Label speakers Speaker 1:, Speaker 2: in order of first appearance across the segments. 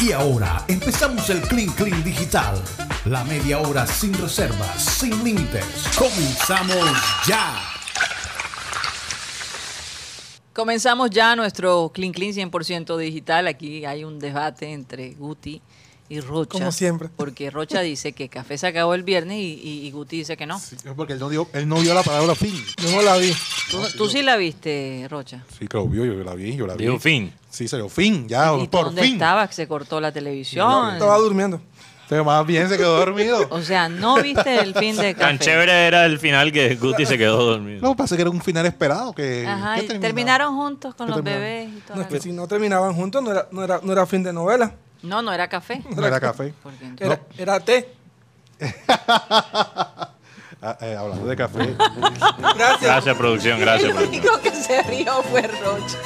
Speaker 1: Y ahora empezamos el Clean Clean Digital. La media hora sin reservas, sin límites. Comenzamos ya.
Speaker 2: Comenzamos ya nuestro Clean Clean 100% digital. Aquí hay un debate entre Guti y Rocha.
Speaker 3: Como siempre.
Speaker 2: Porque Rocha dice que café se acabó el viernes y, y- y Guti dice que no.
Speaker 4: Sí, es porque él no, dio, él no vio la palabra fin.
Speaker 3: Yo no la vi.
Speaker 2: Tú, tú sí la viste, Rocha.
Speaker 4: Sí, que lo vio, yo la vi, yo la vi.
Speaker 5: Dio fin.
Speaker 4: Sí, se dio fin, ya,
Speaker 2: ¿Y tú
Speaker 4: por
Speaker 2: dónde
Speaker 4: fin.
Speaker 2: estabas? Se cortó la televisión.
Speaker 3: Estaba durmiendo.
Speaker 4: Entonces, más bien se quedó dormido.
Speaker 2: O sea, no viste el fin de café.
Speaker 5: Tan chévere era el final que Guti se quedó dormido.
Speaker 4: Lo que pasa es que era un final esperado. Que,
Speaker 2: Ajá,
Speaker 4: que
Speaker 2: y
Speaker 4: terminaba.
Speaker 2: terminaron juntos con
Speaker 4: ¿Qué
Speaker 2: los
Speaker 4: terminaron?
Speaker 2: bebés y todo.
Speaker 3: No, pues, es que si no terminaban juntos, no era, no era, no era fin de novela.
Speaker 2: No, no era café.
Speaker 4: No era café.
Speaker 2: Porque entonces-
Speaker 3: Era, era té.
Speaker 4: Ah, eh, hablando de café.
Speaker 3: Gracias.
Speaker 5: Gracias, producción, gracias,
Speaker 2: El
Speaker 5: producción.
Speaker 2: único que se rió fue Rocha.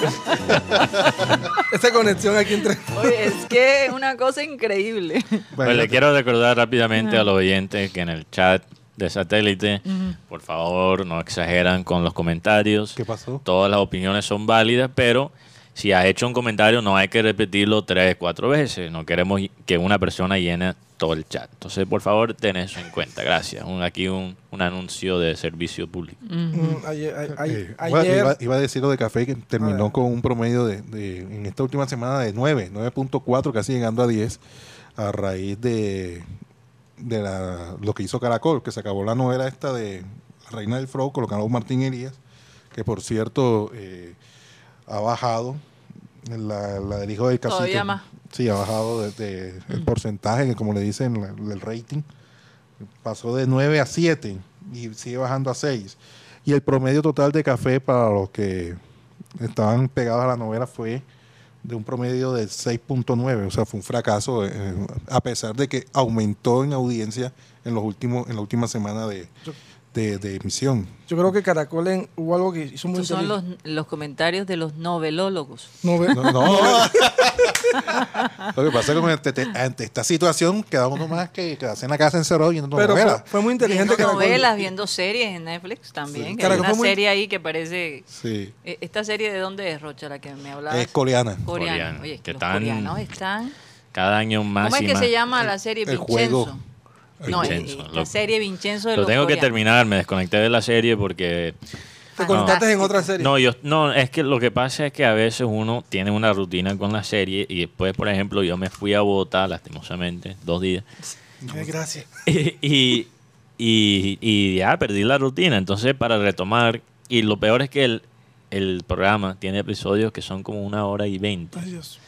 Speaker 3: Esa conexión aquí entre.
Speaker 2: Oye, es que es una cosa increíble.
Speaker 5: Pues le
Speaker 4: imagínate.
Speaker 5: quiero recordar rápidamente a los oyentes que en el chat de satélite, por favor, no exageran con los comentarios.
Speaker 4: ¿Qué pasó?
Speaker 5: Todas las opiniones son válidas, pero si has hecho un comentario no hay que repetirlo tres, cuatro veces. No queremos que una persona llene todo el chat. Entonces, por favor, ten eso en cuenta. Gracias. Un- aquí un, un anuncio de servicio público.
Speaker 3: Mm, ayer. a- a-
Speaker 4: Eh, bueno,
Speaker 3: ayer-
Speaker 4: iba, iba a decir lo de café que
Speaker 3: A
Speaker 4: terminó
Speaker 3: ver.
Speaker 4: con un promedio de, de- en esta última semana de 9, 9.4, casi llegando a 10, a raíz de, de la- lo que hizo Caracol, que se acabó la novela esta de La Reina del Frog, colocando Martín Elías, que por cierto eh, ha bajado la, la del hijo del cacique.
Speaker 2: Todavía más. Mm.
Speaker 4: Sí, ha bajado desde el porcentaje, que como le dicen, la- el rating pasó de 9 a 7 y sigue bajando a 6. Y el promedio total de café para los que estaban pegados a la novela fue de un promedio de 6.9, o sea, fue un fracaso, eh, a pesar de que aumentó en audiencia en, los últimos, en la última semana de, de- de emisión.
Speaker 3: Yo creo que Caracol en- hubo algo que hizo muy
Speaker 2: Estos son los,
Speaker 3: inteligente.
Speaker 2: los comentarios de los novelólogos.
Speaker 3: Nove-
Speaker 4: No, no. Lo que pasa es que con este- te- ante esta situación queda uno más que quedarse en la casa encerrado viendo
Speaker 3: Pero fue,
Speaker 4: novela.
Speaker 3: fue muy inteligente
Speaker 2: Viendo
Speaker 3: Caracol.
Speaker 2: novelas, viendo series en Netflix también. que hay
Speaker 3: Caracol
Speaker 2: una
Speaker 3: fue muy-
Speaker 2: serie ahí que parece...
Speaker 4: Sí.
Speaker 2: Eh, ¿Esta serie de dónde es, Rocha, la que me hablaba?
Speaker 4: Es coreana.
Speaker 2: coreana.
Speaker 5: Coreana,
Speaker 2: Oye,
Speaker 5: que
Speaker 2: los
Speaker 5: tan-
Speaker 2: coreanos están...
Speaker 5: Cada año más
Speaker 2: ¿Cómo es
Speaker 5: y
Speaker 2: que
Speaker 5: más.
Speaker 2: se llama la serie
Speaker 4: el
Speaker 2: Vincenzo?
Speaker 4: juego.
Speaker 2: No,
Speaker 5: Vincenzo,
Speaker 2: eh,
Speaker 5: lo-
Speaker 2: la serie Vincenzo de
Speaker 5: Lo
Speaker 2: los
Speaker 5: tengo que
Speaker 2: coreanos.
Speaker 5: terminar, me desconecté de la serie porque
Speaker 3: Te conectaste en
Speaker 2: Fantástica.
Speaker 3: otra serie.
Speaker 5: No, yo, no, es que lo que pasa es que a veces uno tiene una rutina con la serie y después, por ejemplo, yo me fui a Bogotá, lastimosamente, dos días,
Speaker 3: Ay, gracias.
Speaker 5: y, y, y- y ya perdí la rutina. Entonces, para retomar, y lo peor es que el, el programa tiene episodios que son como una hora y veinte.
Speaker 3: Ay, Dios.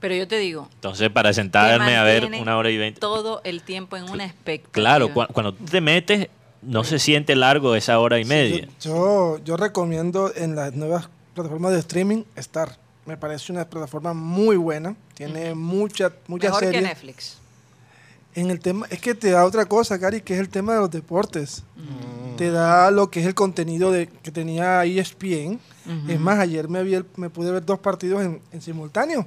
Speaker 2: Pero yo te digo,
Speaker 5: Entonces, para
Speaker 2: te
Speaker 5: sentarme a ver
Speaker 2: mantiene
Speaker 5: una hora y veinte.
Speaker 2: todo el tiempo en una expectativa.
Speaker 5: Claro, cua- cuando tú te metes, no se siente largo esa hora y media.
Speaker 3: Yo, yo recomiendo en las nuevas plataformas de streaming Star. Me parece una plataforma muy buena. Tiene mucha, muchas
Speaker 2: Mejor que
Speaker 3: series.
Speaker 2: Netflix.
Speaker 3: En el tema, es que te da otra cosa, Cari, que es el tema de los deportes.
Speaker 5: Mm.
Speaker 3: Te da lo que es el contenido de, que tenía E ESPN. Es más, ayer me, vi el- me pude ver dos partidos en, en simultáneo.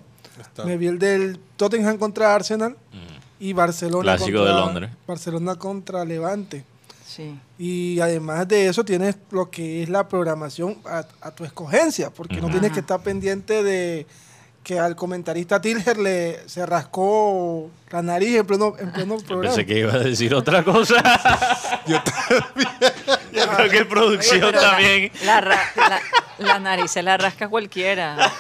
Speaker 3: Me vi el del Tottenham contra Arsenal y Barcelona
Speaker 5: Mm. Clásico
Speaker 3: contra,
Speaker 5: de Londres.
Speaker 3: Barcelona contra Levante.
Speaker 2: Sí.
Speaker 3: Y además de eso tienes lo que es la programación a, a tu escogencia, porque no tienes que estar pendiente de que al comentarista Tilger le se rascó la nariz en pleno, en pleno programa.
Speaker 5: Pensé que iba a decir otra cosa. Yo creo que producción
Speaker 2: Oye, pero
Speaker 5: también.
Speaker 2: La, la, ra- la- la nariz se la rasca cualquiera.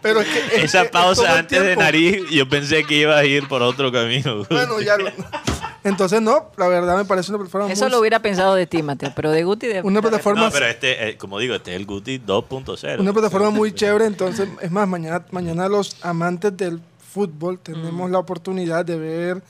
Speaker 3: Pero es que es que
Speaker 5: Esa
Speaker 3: es todo
Speaker 5: pausa
Speaker 3: Este, el
Speaker 5: antes de
Speaker 3: tiempo.
Speaker 5: nariz, yo pensé que iba a ir por otro camino.
Speaker 3: Bueno, ya lo- Entonces no, la verdad me parece una plataforma
Speaker 2: Eso
Speaker 3: muy-
Speaker 2: lo hubiera pensado de ti, Mateo, pero de Guti de
Speaker 3: una plataforma
Speaker 5: No, pero este, eh, como digo, este es el Guti 2.0.
Speaker 3: una plataforma muy chévere, entonces es más mañana mañana los amantes del fútbol
Speaker 2: Mm.
Speaker 3: tenemos la oportunidad de ver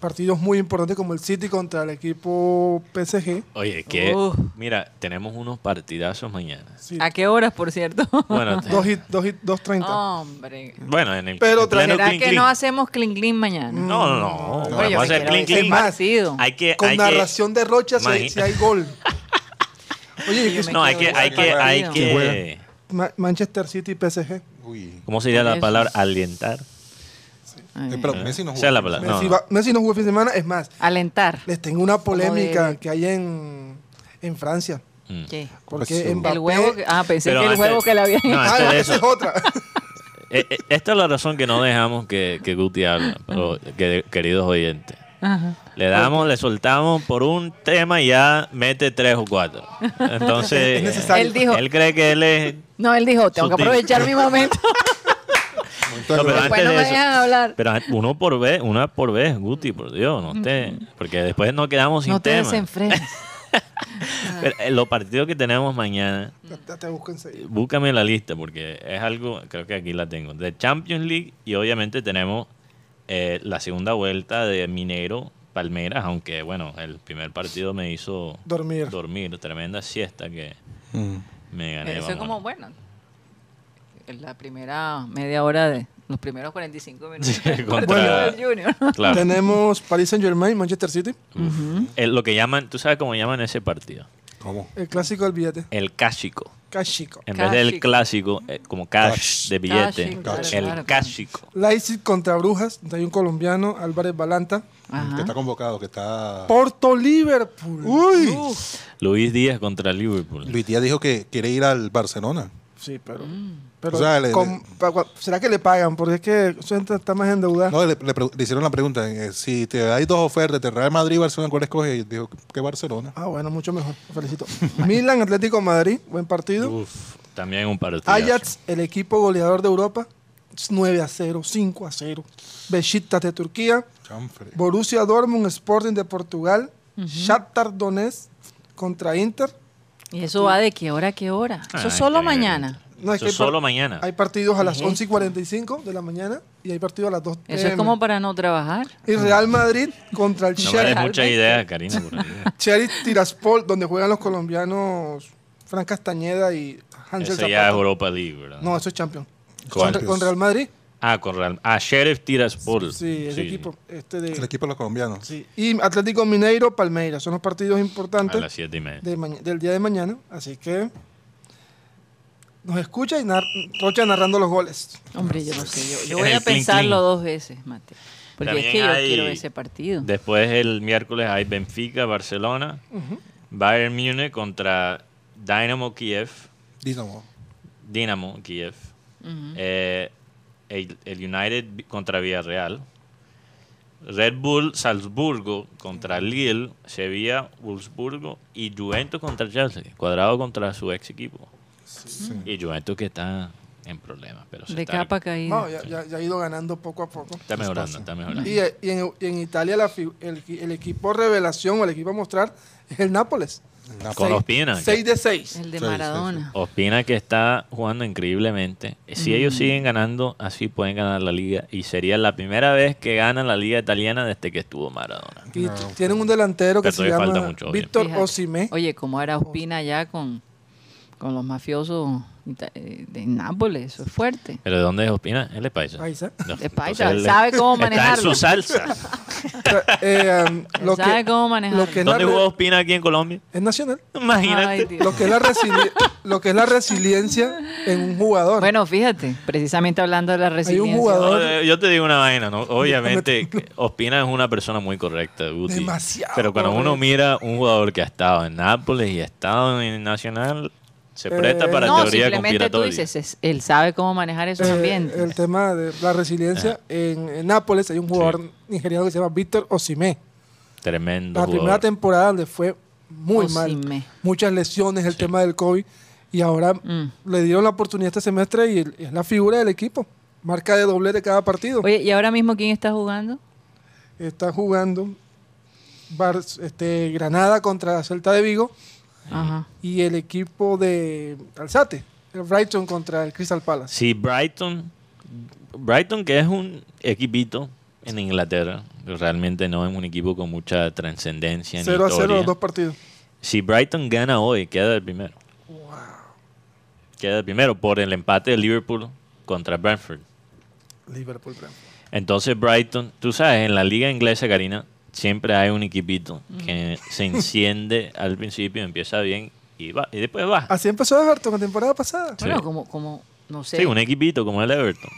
Speaker 3: partidos muy importantes como el City contra el equipo PSG.
Speaker 5: Oye, que
Speaker 2: Uf.
Speaker 5: mira, tenemos unos partidazos mañana.
Speaker 3: Sí.
Speaker 2: ¿A qué horas, por cierto?
Speaker 5: Bueno,
Speaker 3: Dos y- dos y- 2.30.
Speaker 2: Oh. Hombre.
Speaker 5: bueno en el
Speaker 3: Pero
Speaker 5: en pleno
Speaker 2: ¿Será
Speaker 5: clean,
Speaker 2: que
Speaker 5: clean.
Speaker 2: no hacemos clean clean mañana?
Speaker 5: No, no, no.
Speaker 2: Oye, yo
Speaker 5: Vamos a
Speaker 2: me quiero
Speaker 5: hacer clean,
Speaker 2: ver ese
Speaker 5: clean.
Speaker 2: partido.
Speaker 5: Hay que,
Speaker 3: Con
Speaker 5: hay que,
Speaker 3: narración de Rocha si,
Speaker 5: Imagina-
Speaker 3: si hay gol. Oye,
Speaker 2: Yo me
Speaker 5: no, hay que,
Speaker 2: quiero
Speaker 5: hay
Speaker 2: ver
Speaker 5: que,
Speaker 2: ese
Speaker 5: hay
Speaker 2: partido.
Speaker 5: que,
Speaker 3: Ma- Manchester City y PSG.
Speaker 4: Uy.
Speaker 5: ¿cómo sería la
Speaker 2: Eso.
Speaker 5: palabra? Alientar.
Speaker 2: Ay,
Speaker 4: Eh, pero Messi no
Speaker 5: O
Speaker 4: jugó.
Speaker 5: sea, la palabra. no,
Speaker 3: Messi,
Speaker 5: no.
Speaker 3: va- Messi no jugó el fin de semana. Es más,
Speaker 2: Alentar.
Speaker 3: les tengo una polémica
Speaker 2: de-
Speaker 3: que hay en, en Francia.
Speaker 5: Mm.
Speaker 2: ¿Qué?
Speaker 3: Porque
Speaker 4: Pues sí.
Speaker 3: Mbappé-
Speaker 2: El huevo que- ah, pensé
Speaker 5: Pero
Speaker 2: que el
Speaker 5: antes-
Speaker 2: huevo que le había
Speaker 5: No,
Speaker 3: Ah,
Speaker 5: antes de eso,
Speaker 3: esa es otra.
Speaker 5: eh, eh, esta es la razón que no dejamos que, que Guti hable, pero, que- queridos oyentes.
Speaker 2: Ajá.
Speaker 5: Le damos, le soltamos por un tema y ya mete tres o cuatro. Entonces,
Speaker 3: Es necesario.
Speaker 2: Él dijo-
Speaker 5: él cree que él es...
Speaker 2: No, él dijo, tengo que
Speaker 5: Sutil.
Speaker 2: aprovechar mi momento.
Speaker 5: No, pero
Speaker 2: Después
Speaker 5: antes
Speaker 2: no
Speaker 5: de
Speaker 2: me
Speaker 5: eso-
Speaker 2: dejan hablar.
Speaker 5: Pero uno por vez, una por vez, Guti, por Dios, no te... Porque después nos quedamos sin
Speaker 2: No te
Speaker 5: tema.
Speaker 2: desenfrenes.
Speaker 5: Pero, eh, los partidos que tenemos mañana,
Speaker 3: Te, te busco enseguida.
Speaker 5: búscame la lista porque es algo, creo que aquí la tengo, de Champions League y obviamente tenemos eh, la segunda vuelta de Minero Palmeras, aunque bueno, el primer partido me hizo
Speaker 3: Dormir.
Speaker 5: dormir tremenda siesta que Mm. me gané.
Speaker 2: Eso es
Speaker 5: vamos.
Speaker 2: como, bueno, la primera media hora de los primeros 45 minutos
Speaker 5: Sí,
Speaker 2: del
Speaker 5: contra-
Speaker 2: partido del Junior.
Speaker 5: Claro.
Speaker 3: Tenemos Paris Saint Germain, Manchester City,
Speaker 5: Es lo que llaman, tú sabes cómo llaman ese partido,
Speaker 4: ¿Cómo?
Speaker 3: el clásico del billete.
Speaker 5: el cáchico.
Speaker 3: Cachico.
Speaker 5: En vez del
Speaker 2: Cáchico.
Speaker 5: clásico, eh, como cash de billete,
Speaker 2: Cáchico, claro,
Speaker 5: el
Speaker 2: claro, claro.
Speaker 5: cáchico.
Speaker 3: Leipzig contra Brujas, de ahí un colombiano, Álvarez Balanta.
Speaker 4: Que
Speaker 2: Ajá.
Speaker 4: está convocado, que está.
Speaker 5: Ah.
Speaker 3: Porto Liverpool.
Speaker 4: Uy.
Speaker 5: Luis Díaz contra Liverpool.
Speaker 4: Luis Díaz dijo que quiere ir al Barcelona.
Speaker 3: Sí, pero.
Speaker 2: Mm.
Speaker 3: pero
Speaker 4: O sea, le-
Speaker 3: con- pa- cua- ¿Será que le pagan? Porque es que eso entra- está más endeudado.
Speaker 4: No, le, le pre- le hicieron la pregunta: eh, si te hay dos ofertas, entre Real Madrid y Barcelona, ¿cuál escoges? Y dijo que Barcelona.
Speaker 3: Ah, bueno, mucho mejor. Lo Felicito. Milan, Atlético Madrid, buen partido.
Speaker 5: Uf, también un partido.
Speaker 3: Ajax, el equipo goleador de Europa, 9 a 0, 5 a 0. Besiktas de Turquía,
Speaker 4: Chanfre.
Speaker 3: Borussia Dortmund, Sporting de Portugal, Shakhtar Donetsk contra Inter.
Speaker 2: Y eso va de qué hora a qué hora. Eso
Speaker 5: Ay,
Speaker 2: solo
Speaker 5: qué bien.
Speaker 2: mañana.
Speaker 3: No,
Speaker 5: Eso
Speaker 3: hay par-
Speaker 5: solo mañana.
Speaker 3: Hay partidos a las
Speaker 2: ¿Qué es
Speaker 3: 11 y 45 de la mañana y hay partidos a las 2
Speaker 2: Eso es
Speaker 3: PM.
Speaker 2: como para no trabajar.
Speaker 3: Y Real Madrid contra el
Speaker 5: No me des
Speaker 3: Sheriff
Speaker 5: muchas ideas, Karina. por ahí.
Speaker 3: Tiraspol, donde juegan los colombianos Fran Castañeda y Hansel
Speaker 5: Eso ya es
Speaker 3: Zapata.
Speaker 5: Europa League, ¿verdad?
Speaker 3: No, eso es Champions.
Speaker 5: ¿Cuál?
Speaker 3: Con, con Real Madrid.
Speaker 5: Ah, con Real. Ah, Sheriff Tiraspol.
Speaker 3: Sí, ese equipo. Este
Speaker 4: El
Speaker 3: de,
Speaker 4: equipo de los colombianos.
Speaker 3: sí. Y Atlético Mineiro, Palmeiras. Son los partidos
Speaker 5: A
Speaker 3: importantes
Speaker 5: las siete y media.
Speaker 3: de maña- del día de mañana. Así que nos escucha y nar- Rocha narrando los goles.
Speaker 2: Hombre, yo no sé. Yo, yo
Speaker 5: En
Speaker 2: voy
Speaker 5: el
Speaker 2: a
Speaker 5: clean,
Speaker 2: pensarlo
Speaker 5: clean.
Speaker 2: dos veces, Mate. Porque es
Speaker 5: También
Speaker 2: que yo
Speaker 5: hay-
Speaker 2: quiero ese partido.
Speaker 5: Después el miércoles hay Benfica, Barcelona, Bayern Múnich contra Dynamo Kiev,
Speaker 4: Dinamo.
Speaker 5: Dinamo Kiev, eh, el, el United vi- contra Villarreal, Red Bull Salzburgo contra Lille, Sevilla, Wolfsburgo y Juventus contra Chelsea, cuadrado contra su ex equipo. Y Juventus que está en problemas, pero se
Speaker 2: de
Speaker 5: está,
Speaker 2: capa caída.
Speaker 3: No, ya, ya- ya ha ido ganando poco a poco.
Speaker 5: está mejorando, está mejorando.
Speaker 3: Y, eh, y en, y en Italia la fi- el, el equipo revelación o el equipo a mostrar es el Nápoles.
Speaker 5: Con
Speaker 3: Seis-
Speaker 5: Ospina, que-
Speaker 3: seis de 6.
Speaker 2: El de
Speaker 4: Sí, sí, sí.
Speaker 2: Maradona.
Speaker 5: Ospina que está jugando increíblemente. Si ellos siguen ganando, así pueden ganar la liga. Y sería la primera vez que ganan la liga italiana desde que estuvo Maradona.
Speaker 3: Y t- tienen un delantero que
Speaker 5: Pero
Speaker 3: se
Speaker 5: todavía falta
Speaker 3: llama
Speaker 5: mucho, obvio.
Speaker 3: Víctor
Speaker 2: Fíjate.
Speaker 3: Osimé.
Speaker 2: Oye, ¿cómo era Ospina ya con, con los mafiosos ita- eh, de Nápoles? Eso es fuerte.
Speaker 5: ¿Pero de dónde es Ospina? Él es paisa.
Speaker 3: Paisa.
Speaker 5: No,
Speaker 2: Es paisa,
Speaker 5: entonces él
Speaker 2: sabe cómo
Speaker 5: Está en
Speaker 2: manejarlo.
Speaker 5: su salsa.
Speaker 3: Eh, um, lo que,
Speaker 2: ¿Sabe cómo manejarlo?
Speaker 3: lo que es, la
Speaker 5: ¿Dónde
Speaker 3: re-
Speaker 5: jugó Ospina aquí en Colombia?
Speaker 3: es nacional.
Speaker 5: Imagínate.
Speaker 2: Ay, Dios.
Speaker 3: Lo que, es la resili- lo que es la resiliencia en un jugador.
Speaker 2: Bueno, fíjate, precisamente hablando de la resiliencia.
Speaker 3: jugador-
Speaker 5: No, eh, yo te digo una vaina, ¿no? Obviamente, que Ospina es una persona muy correcta, Guti.
Speaker 3: Demasiado
Speaker 5: Pero cuando uno
Speaker 3: correcta.
Speaker 5: mira un jugador que ha estado en Nápoles y ha estado en Nacional, se presta
Speaker 3: Eh,
Speaker 5: para
Speaker 2: no,
Speaker 5: teoría
Speaker 2: simplemente tú
Speaker 5: conspiratoria.
Speaker 2: dices, es- él sabe cómo manejar esos
Speaker 3: Eh,
Speaker 2: ambientes.
Speaker 3: el tema de la
Speaker 5: Ah.
Speaker 3: resiliencia en, en Nápoles hay un jugador nigeriano que se llama Víctor Osimé.
Speaker 5: Tremendo.
Speaker 3: La
Speaker 5: jugador.
Speaker 3: primera temporada donde fue muy mal.
Speaker 2: Osimhen.
Speaker 3: Muchas lesiones, el tema del COVID. Y ahora
Speaker 2: Mm.
Speaker 3: le dieron la oportunidad este semestre y el- es la figura del equipo. Marca de doble de cada partido.
Speaker 2: Oye, ¿y ahora mismo quién está jugando?
Speaker 3: Está jugando Bar- este, Granada contra Celta de Vigo
Speaker 2: Ajá.
Speaker 3: y el equipo de Alzate, el Brighton contra el Crystal Palace.
Speaker 5: Sí, Brighton. Brighton, que es un equipito en Inglaterra, realmente no es un equipo con mucha trascendencia en
Speaker 3: 0 a 0
Speaker 5: historia.
Speaker 3: los dos partidos.
Speaker 5: Si Brighton gana hoy, queda el primero. Queda el primero por el empate de Liverpool contra Brentford.
Speaker 3: Liverpool. Brentford.
Speaker 5: Entonces Brighton, tú sabes, en la liga inglesa, Karina, siempre hay un equipito
Speaker 2: Mm.
Speaker 5: que se enciende al principio, empieza bien y, va, y después
Speaker 2: Ah,
Speaker 5: baja.
Speaker 3: Así empezó Everton la temporada pasada.
Speaker 5: Sí.
Speaker 2: Bueno, como, como, no sé.
Speaker 5: Sí, un equipito como el Everton.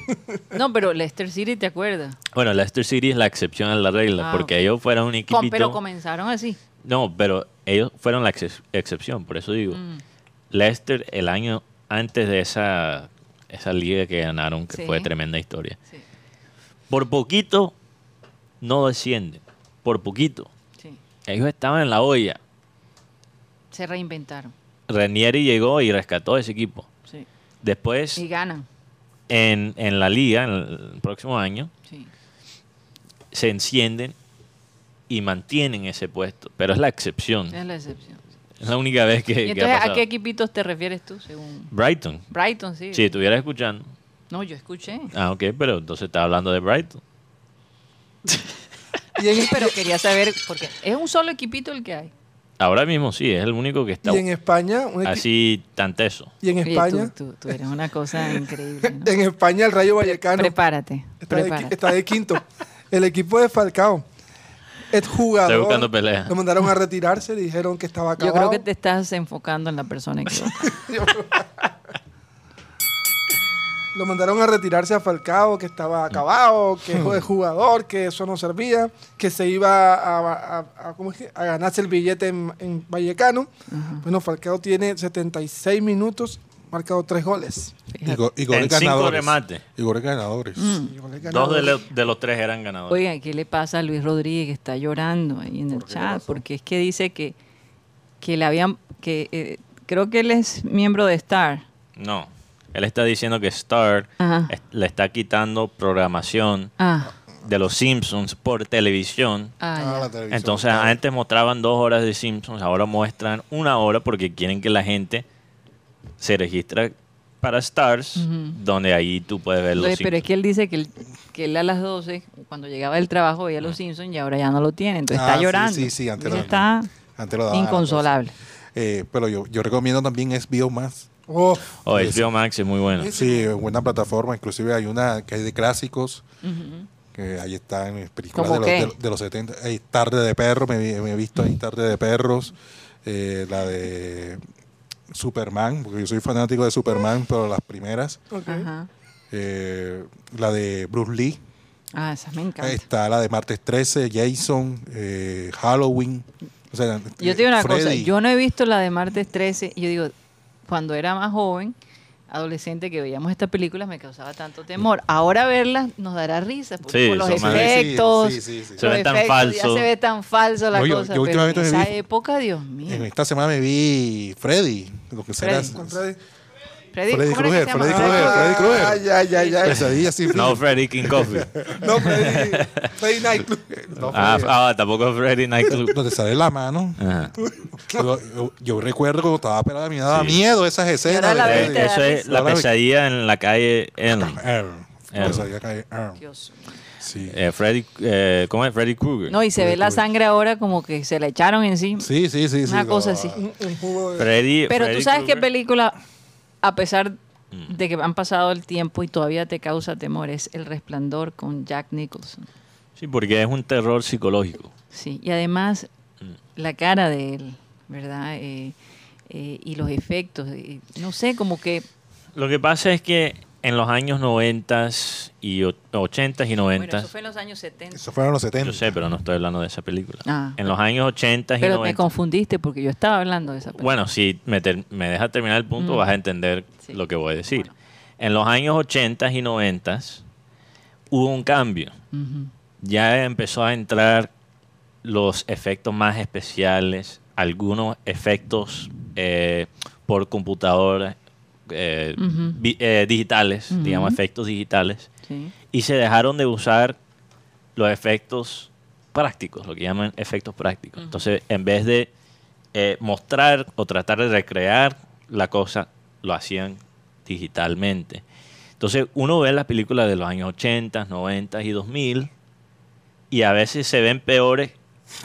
Speaker 2: No, pero Leicester City, ¿te acuerdas?
Speaker 5: Bueno, Leicester City es la excepción a la regla,
Speaker 2: Ah,
Speaker 5: porque ellos fueron un
Speaker 2: Com-
Speaker 5: equipito...
Speaker 2: pero comenzaron así.
Speaker 5: No, pero ellos fueron la
Speaker 2: Mm.
Speaker 5: ex- excepción, por eso digo. Leicester el año antes de esa esa liga que ganaron, que
Speaker 2: Sí.
Speaker 5: fue tremenda historia.
Speaker 2: Sí,
Speaker 5: Por poquito no descienden. Por poquito.
Speaker 2: sí.
Speaker 5: Ellos estaban en la olla.
Speaker 2: Se reinventaron.
Speaker 5: Ranieri llegó y rescató ese equipo.
Speaker 2: Sí.
Speaker 5: Después,
Speaker 2: Y ganan.
Speaker 5: en, en la liga, en el próximo año,
Speaker 2: Sí.
Speaker 5: se encienden y mantienen ese puesto. Pero es la excepción.
Speaker 2: Es la excepción.
Speaker 5: Es la única vez que,
Speaker 2: ¿Y
Speaker 5: que ha
Speaker 2: entonces a
Speaker 5: pasado.
Speaker 2: qué equipitos te refieres tú, según
Speaker 5: Brighton.
Speaker 2: Brighton? Sí.
Speaker 5: Si estuvieras escuchando.
Speaker 2: No, yo escuché.
Speaker 5: Ah, ok, pero entonces está hablando de Brighton.
Speaker 3: Y en,
Speaker 2: Sí, pero quería saber, porque es un solo equipito el que hay.
Speaker 5: Ahora mismo sí, es el único que está
Speaker 3: y en España, un equi-
Speaker 5: así tan teso.
Speaker 3: y en
Speaker 2: Oye, tú-
Speaker 3: España,
Speaker 2: tú, tú eres una cosa increíble. ¿no?
Speaker 3: en España el Rayo Vallecano
Speaker 2: Prepárate.
Speaker 3: está de, qui-
Speaker 2: prepárate.
Speaker 3: está de quinto. El equipo de Falcao, es
Speaker 5: Estoy
Speaker 3: jugador,
Speaker 5: buscando pelea.
Speaker 3: lo mandaron a retirarse, le dijeron que estaba
Speaker 2: Yo creo
Speaker 3: acabado.
Speaker 2: que te estás enfocando en la persona equivocada.
Speaker 3: Lo mandaron a retirarse a Falcao, que
Speaker 4: Mm.
Speaker 3: estaba acabado, que es jugador, que eso no servía, que se iba a, a- a- ¿cómo es que? a ganarse el billete en, en Vallecano. Bueno, Falcao tiene 76 minutos, marcado tres goles.
Speaker 4: Y,
Speaker 2: Fíjate. Mm.
Speaker 4: go- y goles
Speaker 5: En cinco
Speaker 4: ganadores.
Speaker 5: remates.
Speaker 4: Y goles ganadores.
Speaker 3: Y goles
Speaker 5: Dos
Speaker 3: ganados.
Speaker 5: de, lo- de los tres eran ganadores.
Speaker 2: Oigan, ¿qué le pasa a Luis Rodríguez que está llorando ahí en el chat? Porque es que dice que, que le habían, que eh, creo que él es miembro de Star.
Speaker 5: No. Él está diciendo que Star
Speaker 2: Ajá.
Speaker 5: es- le está quitando programación
Speaker 2: Ah,
Speaker 5: de los Simpsons por televisión.
Speaker 4: Ah, la
Speaker 2: ah, ya.
Speaker 4: televisión.
Speaker 5: Entonces, antes mostraban dos horas de Simpsons, ahora muestran una hora porque quieren que la gente se registre para Stars, donde ahí tú puedes ver los
Speaker 2: Entonces, pero es
Speaker 5: Simpsons.
Speaker 2: que él dice que él, que él a las 12, cuando llegaba del trabajo, veía los Simpsons y ahora ya no lo tiene. Entonces
Speaker 4: Ah,
Speaker 2: está
Speaker 4: sí,
Speaker 2: llorando.
Speaker 4: sí, sí, antes
Speaker 2: Él
Speaker 4: lo-
Speaker 2: está
Speaker 4: Ah, Antes lo daban a las
Speaker 2: inconsolable.
Speaker 4: doce. Eh, pero yo, yo recomiendo también HBO más.
Speaker 3: Oh,
Speaker 5: Oh, HBO Max es muy bueno.
Speaker 4: Ah. Sí, buena plataforma. Inclusive hay una que es de clásicos. Que ahí están eh, películas de
Speaker 2: ¿Cómo
Speaker 4: los, de,
Speaker 2: qué?
Speaker 4: de los 70. Hay Tarde de Perros, me, vi- me he visto ahí Tarde de Perros. eh, la de Superman, porque yo soy fanático de Superman, pero las primeras.
Speaker 3: ok.
Speaker 2: Ajá.
Speaker 4: eh, la de Bruce Lee.
Speaker 2: Ah, esa me encanta.
Speaker 4: Está la de Martes 13, Jason, eh, Halloween. O sea,
Speaker 2: Yo te digo una cosa,
Speaker 4: Freddy.
Speaker 2: yo no he visto la de martes 13. Yo digo, cuando era más joven, adolescente, que veíamos estas películas, me causaba tanto temor. Ahora verlas nos dará risa, porque
Speaker 5: Sí,
Speaker 2: por los
Speaker 5: son más- Sí,
Speaker 4: sí,
Speaker 2: efectos,
Speaker 4: sí, sí, sí.
Speaker 5: Se
Speaker 2: los
Speaker 5: ven tan
Speaker 2: efectos,
Speaker 5: falso.
Speaker 2: ya se ve tan falso la
Speaker 4: No, yo-
Speaker 2: cosa. pero
Speaker 4: yo
Speaker 2: en
Speaker 4: últimamente me
Speaker 2: esa
Speaker 4: vi- Eh,
Speaker 2: época, Dios mío.
Speaker 4: En esta semana me vi Freddy, lo que será.
Speaker 2: Freddy.
Speaker 3: Con Freddy. Ah,
Speaker 2: Freddy,
Speaker 4: Freddy
Speaker 2: ¿cómo era que
Speaker 4: Krueger,
Speaker 2: se llama?
Speaker 4: Freddy Krueger, Freddy Krueger.
Speaker 3: Ay, ay, ay, ay.
Speaker 4: Pesadilla sin fin.
Speaker 5: No, Freddy King Coffee.
Speaker 3: No, Freddy, Freddy Nightclub.
Speaker 4: No,
Speaker 5: ah,
Speaker 4: Freddy.
Speaker 5: ah, tampoco Freddy Night Club.
Speaker 4: donde sale la mano.
Speaker 5: Ajá.
Speaker 4: Yo, yo- yo recuerdo cuando estaba pelada, me daba
Speaker 5: Sí.
Speaker 4: miedo esas
Speaker 2: Y ahora
Speaker 4: escenas.
Speaker 2: la
Speaker 4: de-
Speaker 5: Eh,
Speaker 2: ves, te da
Speaker 5: eso es
Speaker 4: risa.
Speaker 5: la pesadilla en la calle Elm.
Speaker 4: Erm.
Speaker 5: Erm.
Speaker 4: Pesadilla cae Erm.
Speaker 2: Dios mío.
Speaker 4: Sí.
Speaker 5: Eh, Freddy, eh, ¿Cómo es Freddy Krueger?
Speaker 2: No, y se ve la
Speaker 4: Krueger.
Speaker 2: sangre ahora como que se la echaron encima.
Speaker 4: sí, sí, sí. sí,
Speaker 2: Una
Speaker 4: no,
Speaker 2: cosa así.
Speaker 3: Un, un jugo de...
Speaker 5: Freddy,
Speaker 2: Pero
Speaker 5: Freddy
Speaker 2: tú sabes qué
Speaker 5: Krueger. Mm.
Speaker 2: película, a pesar de que han pasado el tiempo y todavía te causa temor, es El Resplandor con Jack Nicholson.
Speaker 5: Sí, porque es un terror psicológico.
Speaker 2: Sí, y además
Speaker 5: Mm.
Speaker 2: la cara de él, ¿verdad? Eh, eh, y los efectos, eh, no sé, como que...
Speaker 5: Lo que pasa es que en los años 90 y o- 80 y 90
Speaker 2: Bueno, eso fue en los años 70.
Speaker 4: Eso fueron los 70.
Speaker 5: Yo sé, pero no estoy hablando de esa película.
Speaker 2: Ah.
Speaker 5: en los años 80 y
Speaker 2: Pero me
Speaker 5: 90.
Speaker 2: confundiste porque yo estaba hablando de esa película.
Speaker 5: Bueno, si me, ter- me dejas terminar el punto, vas a entender
Speaker 2: Mm. Sí.
Speaker 5: lo que voy a decir.
Speaker 2: Bueno.
Speaker 5: En los años 80 y 90 hubo un cambio.
Speaker 2: Ujú.
Speaker 5: Ya empezó a entrar los efectos más especiales, algunos efectos eh, por computadora, eh,
Speaker 2: Ujú.
Speaker 5: vi- eh, digitales,
Speaker 2: Ujú.
Speaker 5: digamos, efectos digitales.
Speaker 2: Sí.
Speaker 5: y se dejaron de usar los efectos prácticos, lo que llaman efectos prácticos. Entonces, en vez de eh, mostrar o tratar de recrear la cosa, lo hacían digitalmente. Entonces, uno ve las películas de los años 80, 90 y 2000 y a veces se ven peores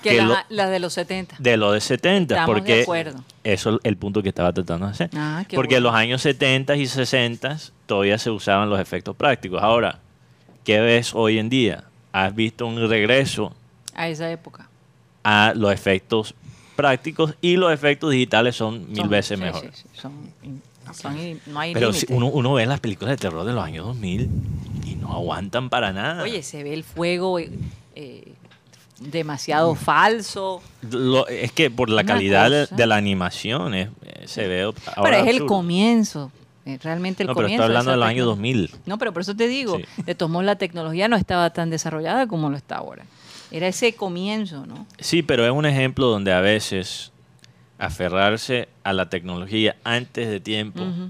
Speaker 2: Que,
Speaker 5: que
Speaker 2: la-
Speaker 5: lo-
Speaker 2: las de los 70.
Speaker 5: de los de 70,
Speaker 2: Estamos de
Speaker 5: porque
Speaker 2: acuerdo.
Speaker 5: eso es el punto que estaba tratando de hacer.
Speaker 2: Ah, qué
Speaker 5: porque en
Speaker 2: bueno.
Speaker 5: los años 70 y 60 todavía se usaban los efectos prácticos. Ahora, ¿qué ves hoy en día? ¿Has visto un regreso
Speaker 2: A esa época.
Speaker 5: a los efectos prácticos y los efectos digitales son mil
Speaker 2: Son-
Speaker 5: veces
Speaker 2: sí,
Speaker 5: mejores?
Speaker 2: sí, sí, son- son in- no hay
Speaker 5: Pero si
Speaker 2: límite.
Speaker 5: uno, uno ve las películas de terror de los años 2000 y no aguantan para nada.
Speaker 2: Oye, se ve el fuego eh, eh, demasiado
Speaker 5: Mm.
Speaker 2: falso.
Speaker 5: Lo- es que por la
Speaker 2: Una
Speaker 5: calidad de,
Speaker 2: cosa.
Speaker 5: de la animación es- eh, se ve...
Speaker 2: pero es el comienzo. eh, realmente el
Speaker 5: No, pero
Speaker 2: comienzo.
Speaker 5: está hablando
Speaker 2: esa
Speaker 5: del año
Speaker 2: tecno-
Speaker 5: 2000.
Speaker 2: No, pero por eso te digo,
Speaker 5: Sí.
Speaker 2: de todos modos la tecnología no estaba tan desarrollada como lo está ahora. Era ese comienzo, ¿no?
Speaker 5: Sí, pero es un ejemplo donde a veces aferrarse a la tecnología antes de tiempo
Speaker 2: Ujú.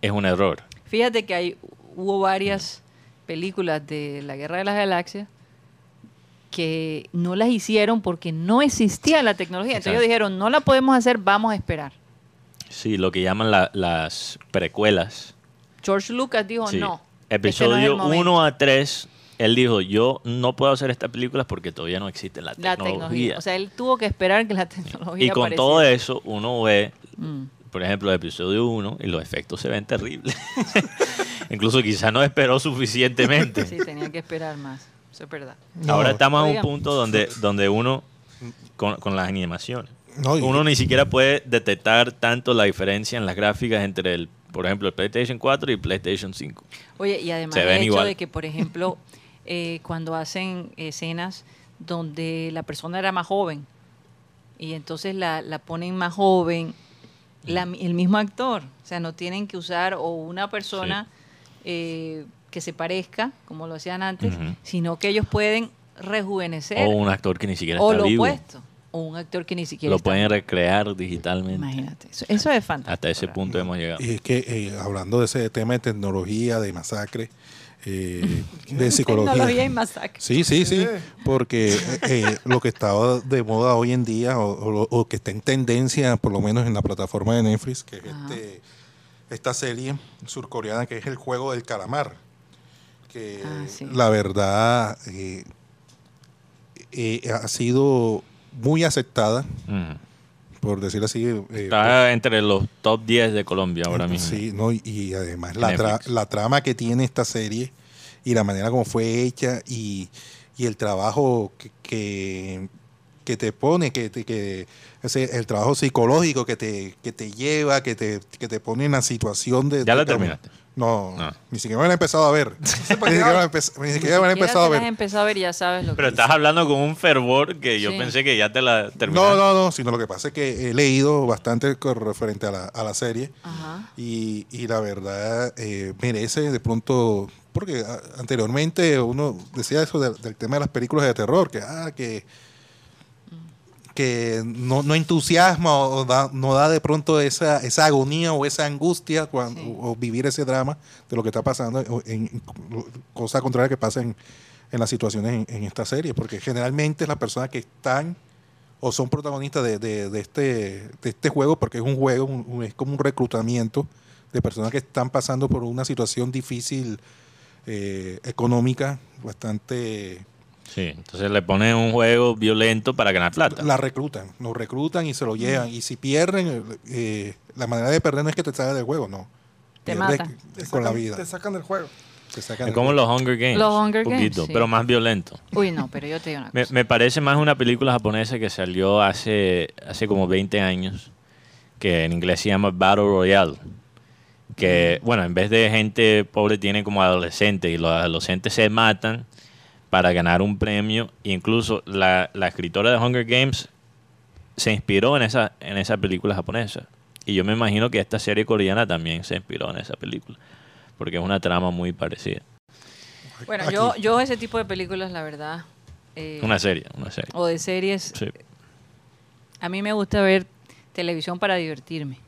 Speaker 5: es un error.
Speaker 2: Fíjate que hay, hubo varias películas de la Guerra de las Galaxias que no las hicieron porque no existía la tecnología. Entonces
Speaker 5: Exacto.
Speaker 2: ellos dijeron, no la podemos hacer, vamos a esperar.
Speaker 5: Sí, lo que llaman la- las precuelas.
Speaker 2: George Lucas dijo,
Speaker 5: Sí.
Speaker 2: no. este no es el
Speaker 5: Episodio
Speaker 2: momento".
Speaker 5: 1 a 3, él dijo, yo no puedo hacer estas películas porque todavía no existe la
Speaker 2: La
Speaker 5: tecnología.
Speaker 2: tecnología. O sea, él tuvo que esperar que la tecnología
Speaker 5: y con
Speaker 2: apareciera.
Speaker 5: todo eso, uno ve,
Speaker 2: Mm.
Speaker 5: por ejemplo, el episodio 1 y los efectos se ven terribles. Incluso quizá no esperó suficientemente.
Speaker 2: Sí, tenía que esperar más. Eso es verdad.
Speaker 5: Ahora
Speaker 4: No.
Speaker 5: estamos a un
Speaker 2: Oigan.
Speaker 5: punto donde, donde uno, con, con las animaciones,
Speaker 4: No, y-
Speaker 5: uno ni siquiera puede detectar tanto la diferencia en las gráficas entre, el, por ejemplo, el PlayStation 4 y PlayStation 5.
Speaker 2: Oye, y además
Speaker 5: Se
Speaker 2: el
Speaker 5: ven
Speaker 2: hecho
Speaker 5: igual.
Speaker 2: de que, por ejemplo, eh, cuando hacen escenas donde la persona era más joven y entonces la, la ponen más joven,
Speaker 5: Mm.
Speaker 2: la mi- el mismo actor, o sea, no tienen que usar o una persona eh, que se parezca, como lo hacían antes,
Speaker 5: Ujú.
Speaker 2: sino que ellos pueden rejuvenecer
Speaker 5: O un actor que ni siquiera
Speaker 2: o
Speaker 5: está
Speaker 2: lo
Speaker 5: vivo.
Speaker 2: opuesto, o un actor que ni siquiera
Speaker 5: Lo
Speaker 2: está
Speaker 5: pueden
Speaker 2: vivo.
Speaker 5: recrear digitalmente.
Speaker 2: Imagínate, eso, eso es fantástico.
Speaker 5: Hasta ese
Speaker 2: ¿verdad?
Speaker 5: punto hemos llegado.
Speaker 4: Y es que eh, hablando de ese tema de tecnología, de masacre, eh,
Speaker 2: Tecnología
Speaker 4: de
Speaker 2: y
Speaker 4: psicología.
Speaker 2: masacre.
Speaker 4: Sí, sí, sí,
Speaker 3: Eh.
Speaker 4: porque eh, eh, lo que está de moda hoy en día o, o lo- o que está en tendencia, por lo menos en la plataforma de Netflix, que es
Speaker 2: Ajá.
Speaker 4: este- esta serie surcoreana que es el juego del calamar, que
Speaker 2: Ah, sí.
Speaker 4: la verdad eh, eh, ha sido muy aceptada,
Speaker 5: Ujú.
Speaker 4: por decir así. eh, por-
Speaker 5: Está entre los top 10 de Colombia ahora mismo.
Speaker 4: Sí, no, y, y además la, tra-
Speaker 5: Netflix.
Speaker 4: la trama que tiene esta serie y la manera como fue hecha y, y el trabajo que, que, que te pone, que, te- que ese- el trabajo psicológico que te, que te lleva, que te, que te pone en la situación de...
Speaker 5: ¿Ya la
Speaker 4: de-
Speaker 5: terminaste? Ah.
Speaker 4: No,
Speaker 5: No.
Speaker 4: ni siquiera me la he empezado a ver. ni siquiera me la he empe- ni siquiera me la he empezado a
Speaker 2: Siquiera te las has
Speaker 4: ver.
Speaker 2: empezado a ver y ya sabes lo
Speaker 5: Pero
Speaker 2: que
Speaker 5: estás hablando con un fervor que yo
Speaker 2: Sí.
Speaker 5: pensé que ya te la
Speaker 4: No,
Speaker 5: terminaste.
Speaker 4: no, no, sino lo que pasa es que he leído bastante con referente a la, a la serie.
Speaker 2: Ajá.
Speaker 4: Y, y la verdad eh, merece de pronto, porque a- anteriormente uno decía eso del- del tema de las películas de terror, que, ah, que, que no, no entusiasma o, o da- no da de pronto esa, esa agonía o esa angustia cuando,
Speaker 2: Sí.
Speaker 4: o, o vivir ese drama de lo que está pasando, o en, en- cosa contraria que pasa en, en las situaciones en, en esta serie, porque generalmente las personas que están o son protagonistas de, de- de este, de este juego, porque es un juego, un- un- es como un reclutamiento de personas que están pasando por una situación difícil eh, económica, bastante...
Speaker 5: Sí, entonces le ponen un juego violento para ganar plata.
Speaker 4: La reclutan, nos reclutan y se lo llevan. Y si pierden, eh, la manera de perder no es que te salgas del juego, no.
Speaker 2: Te
Speaker 4: Pierdes
Speaker 2: matan.
Speaker 4: que-
Speaker 3: Te
Speaker 4: Con la
Speaker 3: sacan-
Speaker 4: vida.
Speaker 3: Te sacan del juego.
Speaker 4: Te sacan
Speaker 5: es
Speaker 4: del
Speaker 5: como
Speaker 4: juego.
Speaker 5: los Hunger Games.
Speaker 2: Los Hunger
Speaker 5: poquito,
Speaker 2: Games, sí.
Speaker 5: Pero más violento.
Speaker 2: Uy, no, pero yo te digo una
Speaker 5: Me,
Speaker 2: cosa.
Speaker 5: me parece más una película japonesa que salió hace, hace como 20 años, que en inglés se llama Battle Royale. Que, bueno, en vez de gente pobre, tiene como adolescentes y los adolescentes se matan para ganar un premio. E incluso la, la escritora de Hunger Games se inspiró en esa, en esa película japonesa. Y yo me imagino que esta serie coreana también se inspiró en esa película, porque es una trama muy parecida.
Speaker 2: Bueno,
Speaker 4: Aquí.
Speaker 2: yo, yo ese tipo de películas, la verdad, eh,
Speaker 5: Una serie, una serie.
Speaker 2: o de series,
Speaker 5: Sí.
Speaker 2: a mí me gusta ver televisión para divertirme,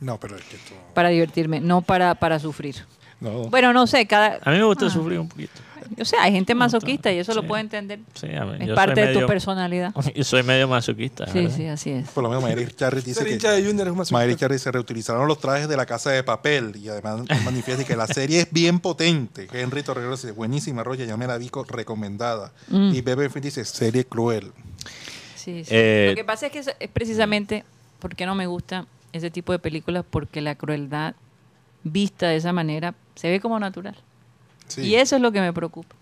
Speaker 4: No, pero es que esto-
Speaker 2: para divertirme, no para, para sufrir.
Speaker 4: no.
Speaker 2: Bueno, no sé, cada...
Speaker 5: A mí me gusta sufrir un poquito.
Speaker 2: Yo sé, hay gente masoquista y eso lo
Speaker 5: Ah. Sí.
Speaker 2: puedo entender.
Speaker 5: Sí, a ver,
Speaker 2: Es
Speaker 5: yo
Speaker 2: parte
Speaker 5: soy
Speaker 2: de tu
Speaker 5: medio-
Speaker 2: personalidad.
Speaker 5: Yo soy medio masoquista.
Speaker 2: Sí,
Speaker 5: ¿verdad?
Speaker 2: sí, así es.
Speaker 4: Por lo menos Mayri Charles dice
Speaker 3: Ser
Speaker 4: que...
Speaker 3: hincha de Junior es un asunto.
Speaker 4: Mayra Charri se reutilizaron los trajes de la casa de papel y además manifiesta que la serie es bien potente. Henry Torreros dice, buenísima, Roya, ya me la vi co- recomendada. Y Bebe Finn dice, serie cruel.
Speaker 2: Sí, sí.
Speaker 5: Eh,
Speaker 2: Lo que pasa es que eso es precisamente porque no me gusta ese tipo de películas, porque la crueldad vista de esa manera se ve como natural.
Speaker 4: Sí.
Speaker 2: Y eso es lo que me preocupa.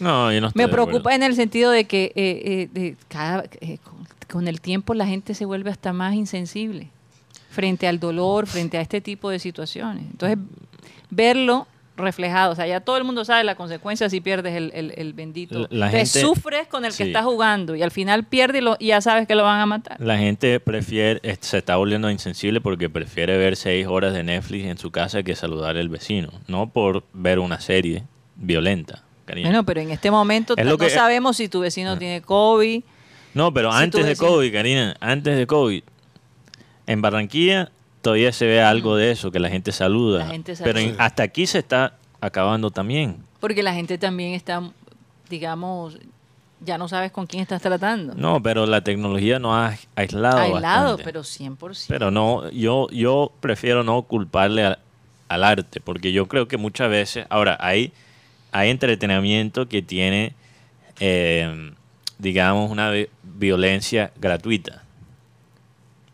Speaker 5: No, yo no estoy
Speaker 2: Me
Speaker 5: de
Speaker 2: preocupa
Speaker 5: acuerdo.
Speaker 2: en el sentido de que eh, eh, de cada, eh, con, con el tiempo la gente se vuelve hasta más insensible frente al dolor, frente a este tipo de situaciones. Entonces, verlo reflejado. O sea, ya todo el mundo sabe la consecuencia si pierdes el, el- el bendito.
Speaker 5: La- la
Speaker 2: Te
Speaker 5: gente-
Speaker 2: sufres con el que
Speaker 5: sí.
Speaker 2: estás jugando y al final pierdes y, lo- y ya sabes que lo van a matar.
Speaker 5: La gente prefiere, eh, se está volviendo insensible porque prefiere ver seis horas de Netflix en su casa que saludar al vecino. No por ver una serie violenta, cariño.
Speaker 2: Bueno, pero en este momento
Speaker 5: Es lo
Speaker 2: no
Speaker 5: que-
Speaker 2: sabemos si tu vecino tiene COVID.
Speaker 5: No, pero
Speaker 2: Si
Speaker 5: antes
Speaker 2: tú
Speaker 5: de
Speaker 2: decís-
Speaker 5: COVID, Karina, antes de COVID, en Barranquilla todavía se ve algo de eso, que la gente saluda.
Speaker 2: La gente
Speaker 5: Pero en-
Speaker 2: saluda.
Speaker 5: hasta aquí se está acabando también.
Speaker 2: Porque la gente también está, digamos, ya no sabes con quién estás tratando.
Speaker 5: No, pero la tecnología nos ha aislado.
Speaker 2: Aislado,
Speaker 5: bastante.
Speaker 2: pero 100%.
Speaker 5: Pero no, yo, yo prefiero no culparle al, al arte, porque yo creo que muchas veces, ahora, hay, hay entretenimiento que tiene, eh, digamos, una vi- violencia gratuita,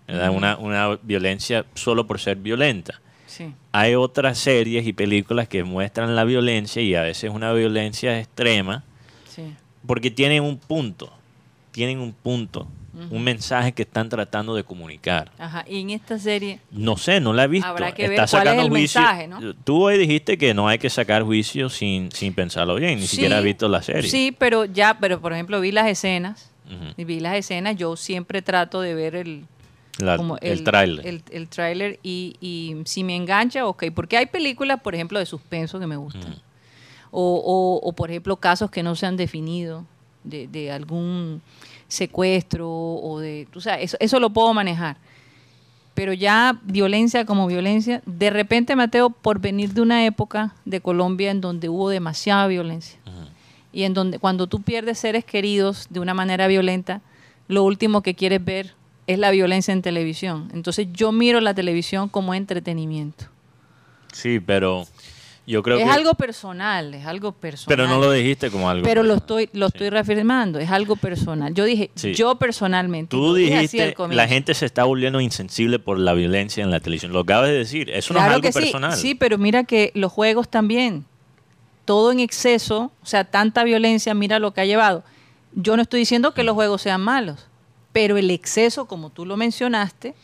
Speaker 5: ¿verdad? Una, una violencia solo por ser violenta.
Speaker 2: sí.
Speaker 5: Hay otras series y películas que muestran la violencia y a veces una violencia extrema,
Speaker 2: Sí.
Speaker 5: porque tienen un punto, tienen un punto, un mensaje que están tratando de comunicar.
Speaker 2: Ajá. Y en esta serie,
Speaker 5: No sé, no la he visto.
Speaker 2: Habrá que ver
Speaker 5: Está
Speaker 2: cuál es
Speaker 5: sacando
Speaker 2: el
Speaker 5: juicio.
Speaker 2: mensaje, ¿no?
Speaker 5: Tú hoy dijiste que no hay que sacar juicio sin, sin pensarlo bien, ni
Speaker 2: Sí,
Speaker 5: siquiera has visto la serie.
Speaker 2: Sí, pero ya, pero por ejemplo vi las escenas,
Speaker 5: Ujú.
Speaker 2: y vi las escenas, yo siempre trato de ver el,
Speaker 5: La-
Speaker 2: como
Speaker 5: el tráiler.
Speaker 2: el, el tráiler y, y si me engancha, ok, porque hay películas, por ejemplo, de suspenso que me gustan,
Speaker 5: Mm.
Speaker 2: o, o- o, por ejemplo casos que no se han definido de, de algún secuestro o de, tú sabes, eso, eso lo puedo manejar. Pero ya violencia como violencia, de repente, Mateo, por venir de una época de Colombia en donde hubo demasiada violencia, y en donde cuando tú pierdes seres queridos de una manera violenta, lo último que quieres ver es la violencia en televisión. Entonces yo miro la televisión como entretenimiento.
Speaker 5: Sí, pero yo creo
Speaker 2: es
Speaker 5: que...
Speaker 2: algo personal, es algo personal.
Speaker 5: pero no lo dijiste como algo.
Speaker 2: Pero lo
Speaker 5: personal.
Speaker 2: estoy, lo estoy reafirmando, es algo personal. Yo dije,
Speaker 5: Sí.
Speaker 2: yo personalmente.
Speaker 5: Tú
Speaker 2: lo dije así
Speaker 5: dijiste,
Speaker 2: al comienzo.
Speaker 5: la gente se está volviendo insensible por la violencia en la televisión. Lo acabas de decir, eso
Speaker 2: Claro
Speaker 5: no es algo
Speaker 2: que sí,
Speaker 5: personal.
Speaker 2: Sí, pero mira que los juegos también, todo en exceso, o sea, tanta violencia, mira lo que ha llevado. Yo no estoy diciendo que los
Speaker 5: Mm.
Speaker 2: juegos sean malos, pero el exceso, como tú lo mencionaste,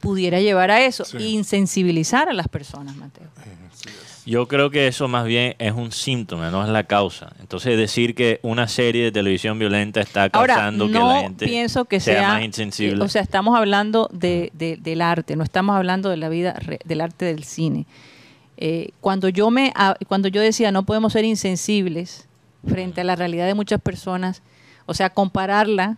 Speaker 2: pudiera llevar a eso,
Speaker 4: Sí.
Speaker 2: insensibilizar a las personas, Mateo.
Speaker 5: Yo creo que eso más bien es un síntoma, no es la causa. Entonces decir que una serie de televisión violenta está
Speaker 2: Ahora,
Speaker 5: causando que la
Speaker 2: no
Speaker 5: gente
Speaker 2: pienso que
Speaker 5: sea,
Speaker 2: sea, eh,
Speaker 5: más insensible. Mm.
Speaker 2: O sea, estamos hablando de- de- del arte, no estamos hablando de la vida, re- del arte del cine. Eh, cuando, yo me, a- cuando yo decía no podemos ser insensibles frente a la realidad de muchas personas, o sea, compararla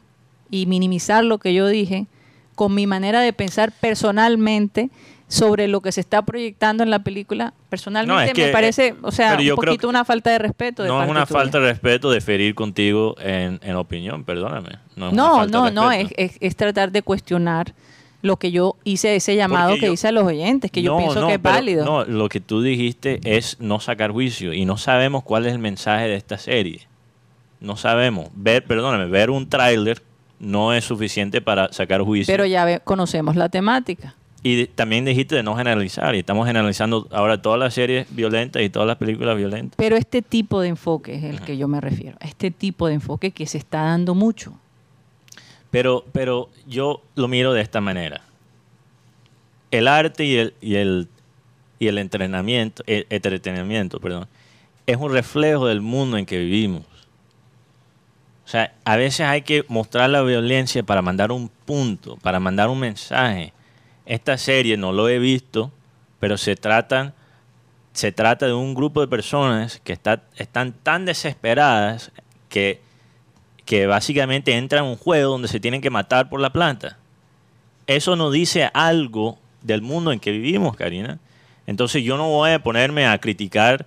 Speaker 2: y minimizar lo que yo dije con mi manera de pensar personalmente sobre lo que se está proyectando en la película, personalmente
Speaker 5: que- eh,
Speaker 2: me parece, o sea,
Speaker 5: pero yo
Speaker 2: un
Speaker 5: creo
Speaker 2: poquito
Speaker 5: que
Speaker 2: una falta de respeto. De
Speaker 5: no es
Speaker 2: parte
Speaker 5: una
Speaker 2: tuya.
Speaker 5: falta de respeto deferir contigo en, en opinión, perdóname. No, es Ah, una
Speaker 2: No,
Speaker 5: falta
Speaker 2: no,
Speaker 5: de
Speaker 2: no, es,
Speaker 5: respeto.
Speaker 2: es- es tratar de cuestionar lo que yo hice, ese llamado
Speaker 5: Porque
Speaker 2: que
Speaker 5: yo-
Speaker 2: hice a los oyentes, que yo
Speaker 5: No,
Speaker 2: pienso
Speaker 5: no,
Speaker 2: que es
Speaker 5: pero-
Speaker 2: válido.
Speaker 5: No, lo que tú dijiste es no sacar juicio y no sabemos cuál es el mensaje de esta serie. No sabemos. Ver, perdóname, ver un tráiler no es suficiente para sacar juicio.
Speaker 2: pero ya ve- conocemos la temática.
Speaker 5: Y de- también dijiste de no generalizar y estamos generalizando ahora todas las series violentas y todas las películas violentas.
Speaker 2: Pero este tipo de enfoque es el que yo me refiero, a este tipo de enfoque que se está dando mucho.
Speaker 5: Pero, pero yo lo miro de esta manera. El arte y el, y el, y el entrenamiento, el entretenimiento, perdón, es un reflejo del mundo en que vivimos. O sea, a veces hay que mostrar la violencia para mandar un punto, para mandar un mensaje. Esta serie no lo he visto, pero se tratan se trata de un grupo de personas que está- están tan desesperadas que que básicamente entra en un juego donde se tienen que matar por la planta. Eso nos dice algo del mundo en que vivimos, Karina. Entonces yo no voy a ponerme a criticar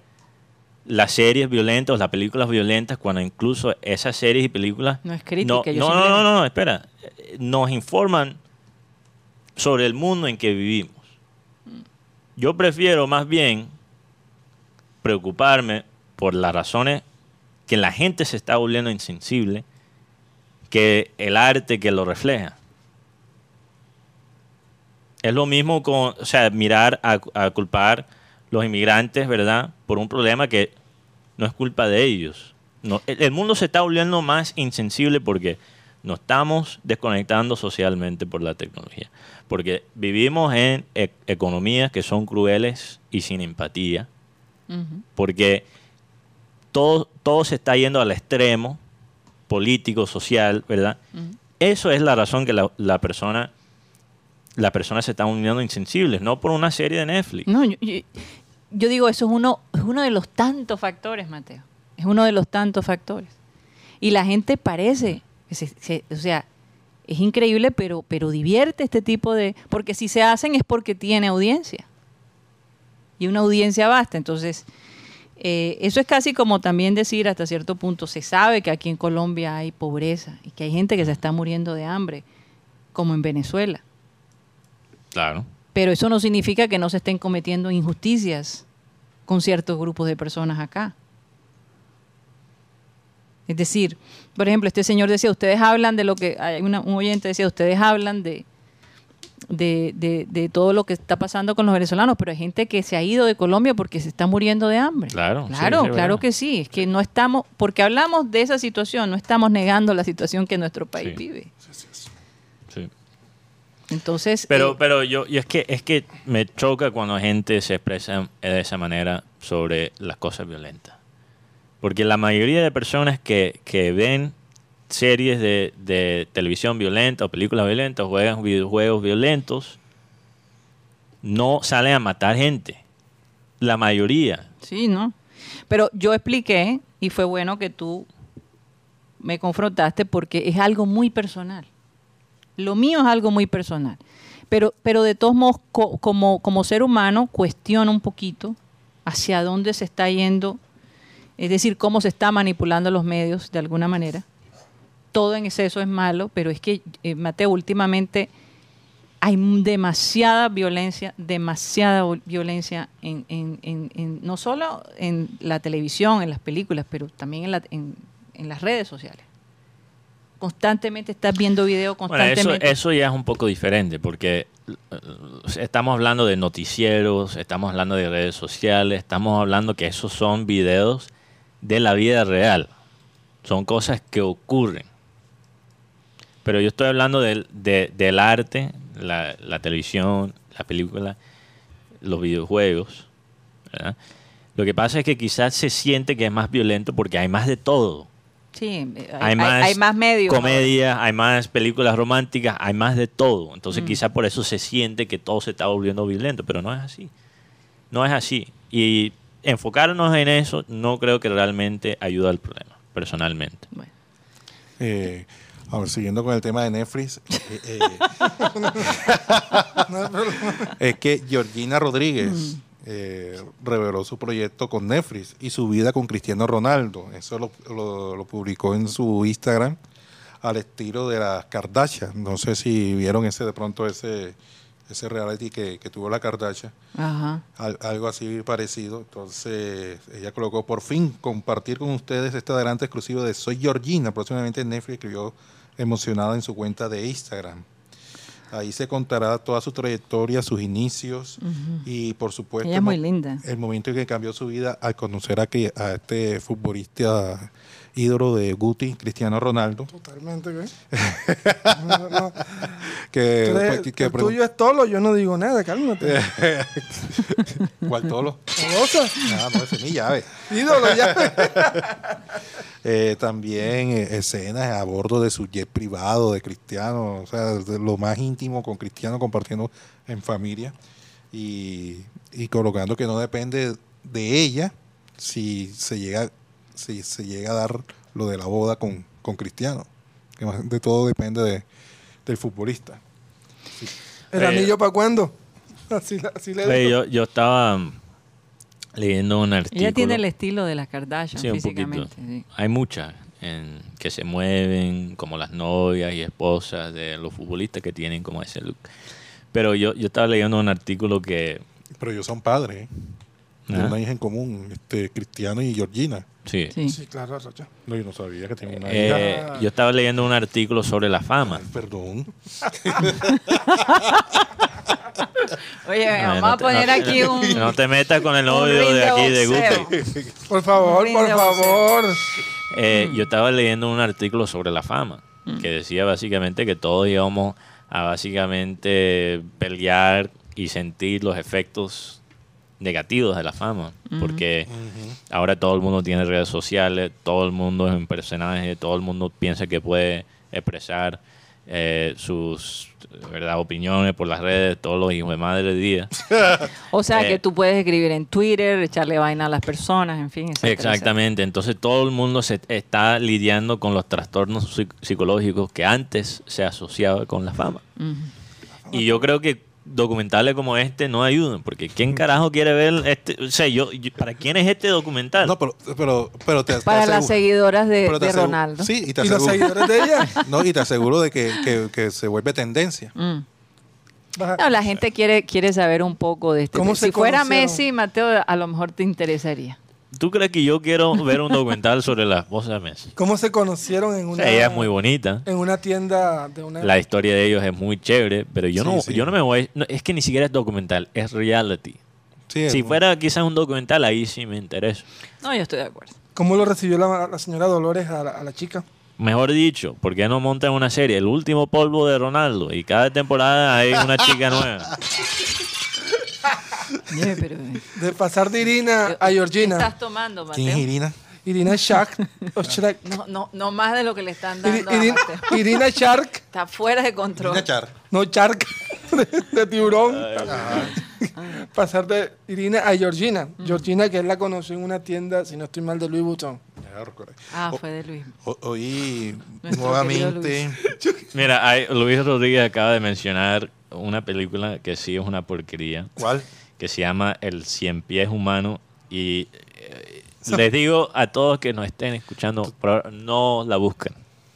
Speaker 5: las series violentas o las películas violentas cuando incluso esas series y películas...
Speaker 2: No es crítica,
Speaker 5: No,
Speaker 2: yo
Speaker 5: no, no,
Speaker 2: simplemente-
Speaker 5: no, no, espera. Eh, Nos informan sobre el mundo en que vivimos.
Speaker 2: Mm.
Speaker 5: Yo prefiero más bien preocuparme por las razones que la gente se está volviendo insensible que el arte que lo refleja. Es lo mismo con, o sea, mirar a, a culpar los inmigrantes, ¿verdad? Por un problema que no es culpa de ellos. No, el, el mundo se está volviendo más insensible porque nos estamos desconectando socialmente por la tecnología. Porque vivimos en e- economías que son crueles y sin empatía
Speaker 2: Ujú.
Speaker 5: porque todo, todo se está yendo al extremo político, social, ¿verdad?
Speaker 2: Ujú.
Speaker 5: Eso es la razón que la, la persona la persona se está uniendo insensibles, no por una serie de Netflix.
Speaker 2: No, yo, yo- yo digo, eso es uno, es uno de los tantos factores, Mateo. Es uno de los tantos factores. Y la gente parece, que se- se- o sea, es increíble, pero, pero divierte este tipo de... Porque si se hacen es porque tiene audiencia. Y una audiencia basta. Entonces, eh, eso es casi como también decir hasta cierto punto, se sabe que aquí en Colombia hay pobreza y que hay gente que se está muriendo de hambre, como en Venezuela
Speaker 5: Claro.
Speaker 2: pero eso no significa que no se estén cometiendo injusticias con ciertos grupos de personas acá. Es decir, por ejemplo, este señor decía, ustedes hablan de lo que, hay una- un oyente decía, ustedes hablan de, de, de- de todo lo que está pasando con los venezolanos, pero hay gente que se ha ido de Colombia porque se está muriendo de hambre.
Speaker 5: Claro, sí,
Speaker 2: claro,
Speaker 5: sí, es
Speaker 2: claro
Speaker 5: verdad.
Speaker 2: que sí. Es que no estamos, porque hablamos de esa situación, no estamos negando la situación que nuestro país
Speaker 5: Sí.
Speaker 2: vive.
Speaker 5: Sí.
Speaker 2: Entonces, eh,
Speaker 5: Pero, pero yo, yo es que es que me choca cuando la gente se expresa de esa manera sobre las cosas violentas. Porque la mayoría de personas que, que ven series de, de televisión violenta o películas violentas, juegan videojuegos violentos, no salen a matar gente. La mayoría.
Speaker 2: Sí, ¿no? Pero yo expliqué, y fue bueno que tú me confrontaste porque es algo muy personal. Lo mío es algo muy personal. Pero, pero de todos modos, co- como, como ser humano, cuestiona un poquito hacia dónde se está yendo, es decir, cómo se está manipulando los medios de alguna manera. Todo en exceso es malo, pero es que, eh, Mateo, últimamente hay m- demasiada violencia, demasiada vol- violencia, en, en- en- en- no solo en la televisión, en las películas, pero también en, la- en- en las redes sociales. Constantemente estás viendo video,
Speaker 5: Bueno,
Speaker 2: constantemente.
Speaker 5: eso, eso ya es un poco diferente porque eh, estamos hablando de noticieros, estamos hablando de redes sociales, estamos hablando que esos son videos de la vida real. Son cosas que ocurren. Pero yo estoy hablando del, de- del arte, la, la televisión, la película, los videojuegos. ¿verdad? Lo que pasa es que quizás se siente que es más violento porque hay más de todo
Speaker 2: Sí, eh, hay,
Speaker 5: hay, más,
Speaker 2: hay- hay más medios. ahora.
Speaker 5: Comedias, hay más películas románticas, hay más de todo.
Speaker 2: Mm.
Speaker 5: Entonces, quizá por eso se siente que todo se está volviendo violento, pero no es así. No es así. Y enfocarnos en eso no creo que realmente ayuda al problema, personalmente.
Speaker 2: Bueno.
Speaker 4: Eh, a ver, siguiendo con el tema de Netflix, eh, eh, es que Georgina Rodríguez eh, reveló su proyecto con Netflix y su vida con Cristiano Ronaldo. Eso lo, lo- lo publicó en su Instagram al estilo de las Kardashian. No sé si vieron ese de pronto ese, ese reality que, que tuvo la Kardashian.
Speaker 2: Ajá.
Speaker 4: Al- algo así parecido. Entonces, ella colocó por fin compartir con ustedes este adelante exclusivo de Soy Georgina. Próximamente Netflix escribió emocionada en su cuenta de Instagram. Ahí se contará toda su trayectoria, sus inicios y, por supuesto,
Speaker 2: Ella es muy
Speaker 4: mo-
Speaker 2: linda.
Speaker 4: el momento en que cambió su vida al conocer a, que- a este futbolista ídolo de Guti, Cristiano Ronaldo.
Speaker 3: Totalmente, güey. No, no.
Speaker 4: Que,
Speaker 3: Tú eres-
Speaker 4: que- que
Speaker 3: el
Speaker 4: pregun-
Speaker 3: tuyo es tolo, yo no digo nada, cálmate.
Speaker 4: ¿Cuál tolo?
Speaker 3: Cosa.
Speaker 4: Ah, no, ese es mi llave.
Speaker 3: Ídolo, ya.
Speaker 4: Eh, también eh, escenas a bordo de su jet privado de Cristiano, o sea, de lo más íntimo con Cristiano compartiendo en familia y, y colocando que no depende de ella si se llega, si se llega a dar lo de la boda con, con Cristiano, que más de todo depende de- del futbolista.
Speaker 3: ¿El
Speaker 5: Eh,
Speaker 3: anillo para cuándo? Así, la- así le
Speaker 5: Oye,
Speaker 3: digo.
Speaker 5: yo, yo estaba mm, leyendo un artículo.
Speaker 2: Ella tiene el estilo de las Kardashian
Speaker 5: Sí, un poquito.
Speaker 2: físicamente. sí.
Speaker 5: Hay muchas en- que se mueven como las novias y esposas de los futbolistas que tienen como ese look. Pero yo, yo estaba leyendo un artículo que...
Speaker 4: Pero ellos son padres, ¿eh? Tienen
Speaker 5: Ah.
Speaker 4: una hija en común, este, Cristiano y Georgina.
Speaker 5: Sí.
Speaker 2: Sí.
Speaker 3: Sí, claro, Rocha.
Speaker 4: No, yo no sabía que tienen una hija.
Speaker 5: Eh, yo estaba leyendo un artículo sobre la fama.
Speaker 4: Perdón.
Speaker 2: Oye,
Speaker 5: Eh,
Speaker 2: vamos
Speaker 5: no
Speaker 2: a
Speaker 5: te-
Speaker 2: poner
Speaker 5: no-
Speaker 2: aquí un,
Speaker 5: No te metas con el
Speaker 2: un
Speaker 5: novio
Speaker 2: ring
Speaker 5: de aquí de
Speaker 2: boxeo.
Speaker 5: Guti.
Speaker 3: Por favor,
Speaker 2: Un
Speaker 3: por
Speaker 2: brinde a usted.
Speaker 3: favor.
Speaker 5: Eh, Yo estaba leyendo un artículo sobre la fama que decía básicamente que todos íbamos a básicamente pelear y sentir los efectos negativos de la fama, porque ahora todo el mundo tiene redes sociales, todo el mundo es un personaje, todo el mundo piensa que puede expresar eh, sus verdad opiniones por las redes, todos los hijos de madre día.
Speaker 2: O sea,
Speaker 5: Eh,
Speaker 2: que tú puedes escribir en Twitter, echarle vaina a las personas, en fin. etcétera,
Speaker 5: Exactamente, entonces todo el mundo se está lidiando con los trastornos psic- psicológicos que antes se asociaba con la fama. Y yo creo que documentales como este no ayudan, porque ¿quién carajo quiere ver este? O sea, yo, yo- ¿para quién es este documental?
Speaker 4: No, pero, pero, pero te,
Speaker 2: etcétera. Para
Speaker 4: te
Speaker 2: las
Speaker 4: aseguro-
Speaker 2: seguidoras de,
Speaker 4: pero te
Speaker 2: de
Speaker 4: aseguro-
Speaker 2: Ronaldo.
Speaker 4: Sí, y te
Speaker 3: Y los
Speaker 4: aseguro,
Speaker 3: seguidores de ella.
Speaker 4: no, y te aseguro de que, que- que se vuelve tendencia.
Speaker 2: Mm.
Speaker 3: Baja-
Speaker 2: No, la gente quiere, quiere saber un poco de este.
Speaker 3: ¿Cómo se
Speaker 2: si fuera
Speaker 3: conocieron?
Speaker 2: Messi, Mateo, a lo mejor te interesaría.
Speaker 5: ¿Tú crees que yo quiero ver un documental sobre la esposa de Messi?
Speaker 3: ¿Cómo se conocieron en
Speaker 5: O
Speaker 3: una,
Speaker 5: sea, ella es muy bonita.
Speaker 3: en una tienda de una...
Speaker 5: La historia de ellos es muy chévere, pero yo
Speaker 4: Sí,
Speaker 5: no
Speaker 4: sí.
Speaker 5: yo no me voy, no, es que ni siquiera es documental, es reality.
Speaker 4: Sí,
Speaker 5: si
Speaker 4: es-
Speaker 5: fuera quizás un documental ahí sí me interesa.
Speaker 2: No, yo estoy de acuerdo.
Speaker 3: ¿Cómo lo recibió la, la señora Dolores a la, a la chica?
Speaker 5: Mejor dicho, ¿por qué no montan una serie? El último polvo de Ronaldo. Y cada temporada hay una chica nueva.
Speaker 2: Oye, pero, eh,
Speaker 3: De pasar de Irina a
Speaker 2: ¿Qué
Speaker 3: Georgina.
Speaker 2: estás tomando,
Speaker 4: ¿Quién es
Speaker 2: Mateo?
Speaker 4: Irina?
Speaker 3: Irina Shark. o Shrek.
Speaker 2: No, no, no más de lo que le están
Speaker 3: Iri-
Speaker 2: dando a
Speaker 3: Irina-
Speaker 2: Mateo.
Speaker 3: Irina Shark.
Speaker 2: Está fuera de control.
Speaker 4: Irina Char.
Speaker 3: No Shark. De, de tiburón. pasar de Irina a Georgina. Georgina que él la conoció en una tienda, si no estoy mal, de Louis Vuitton.
Speaker 2: Ah,
Speaker 4: Oh.
Speaker 2: fue de Luis.
Speaker 4: O- oí
Speaker 2: Nuestro
Speaker 4: nuevamente.
Speaker 5: Mira, hay- Luis Rodríguez acaba de mencionar una película que sí es una porquería,
Speaker 4: ¿Cuál?
Speaker 5: que se llama El Cien Pies Humano. Y eh, les digo a todos que nos estén escuchando, por ahora, no la busquen.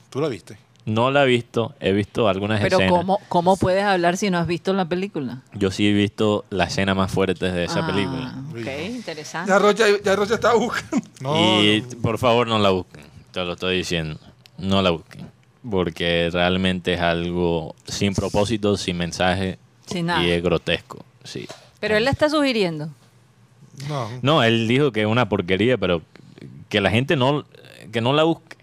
Speaker 4: ¿Tú la viste?
Speaker 5: No la he visto, he visto algunas
Speaker 2: Pero
Speaker 5: escenas.
Speaker 2: ¿cómo, ¿cómo puedes hablar si no has visto la película?
Speaker 5: Yo sí he visto la escena más fuerte de esa
Speaker 2: Ah,
Speaker 5: película.
Speaker 2: Ok, interesante.
Speaker 3: Ya Rocha, ya Rocha estaba buscando.
Speaker 5: y por favor no la busquen, te lo estoy diciendo, no la busquen, porque realmente es algo sin propósito, sin mensaje
Speaker 2: Sin nada.
Speaker 5: y es grotesco. Sí.
Speaker 2: Pero él la está sugiriendo.
Speaker 4: No.
Speaker 5: No, él dijo que es una porquería, pero que la gente no, que no la busque,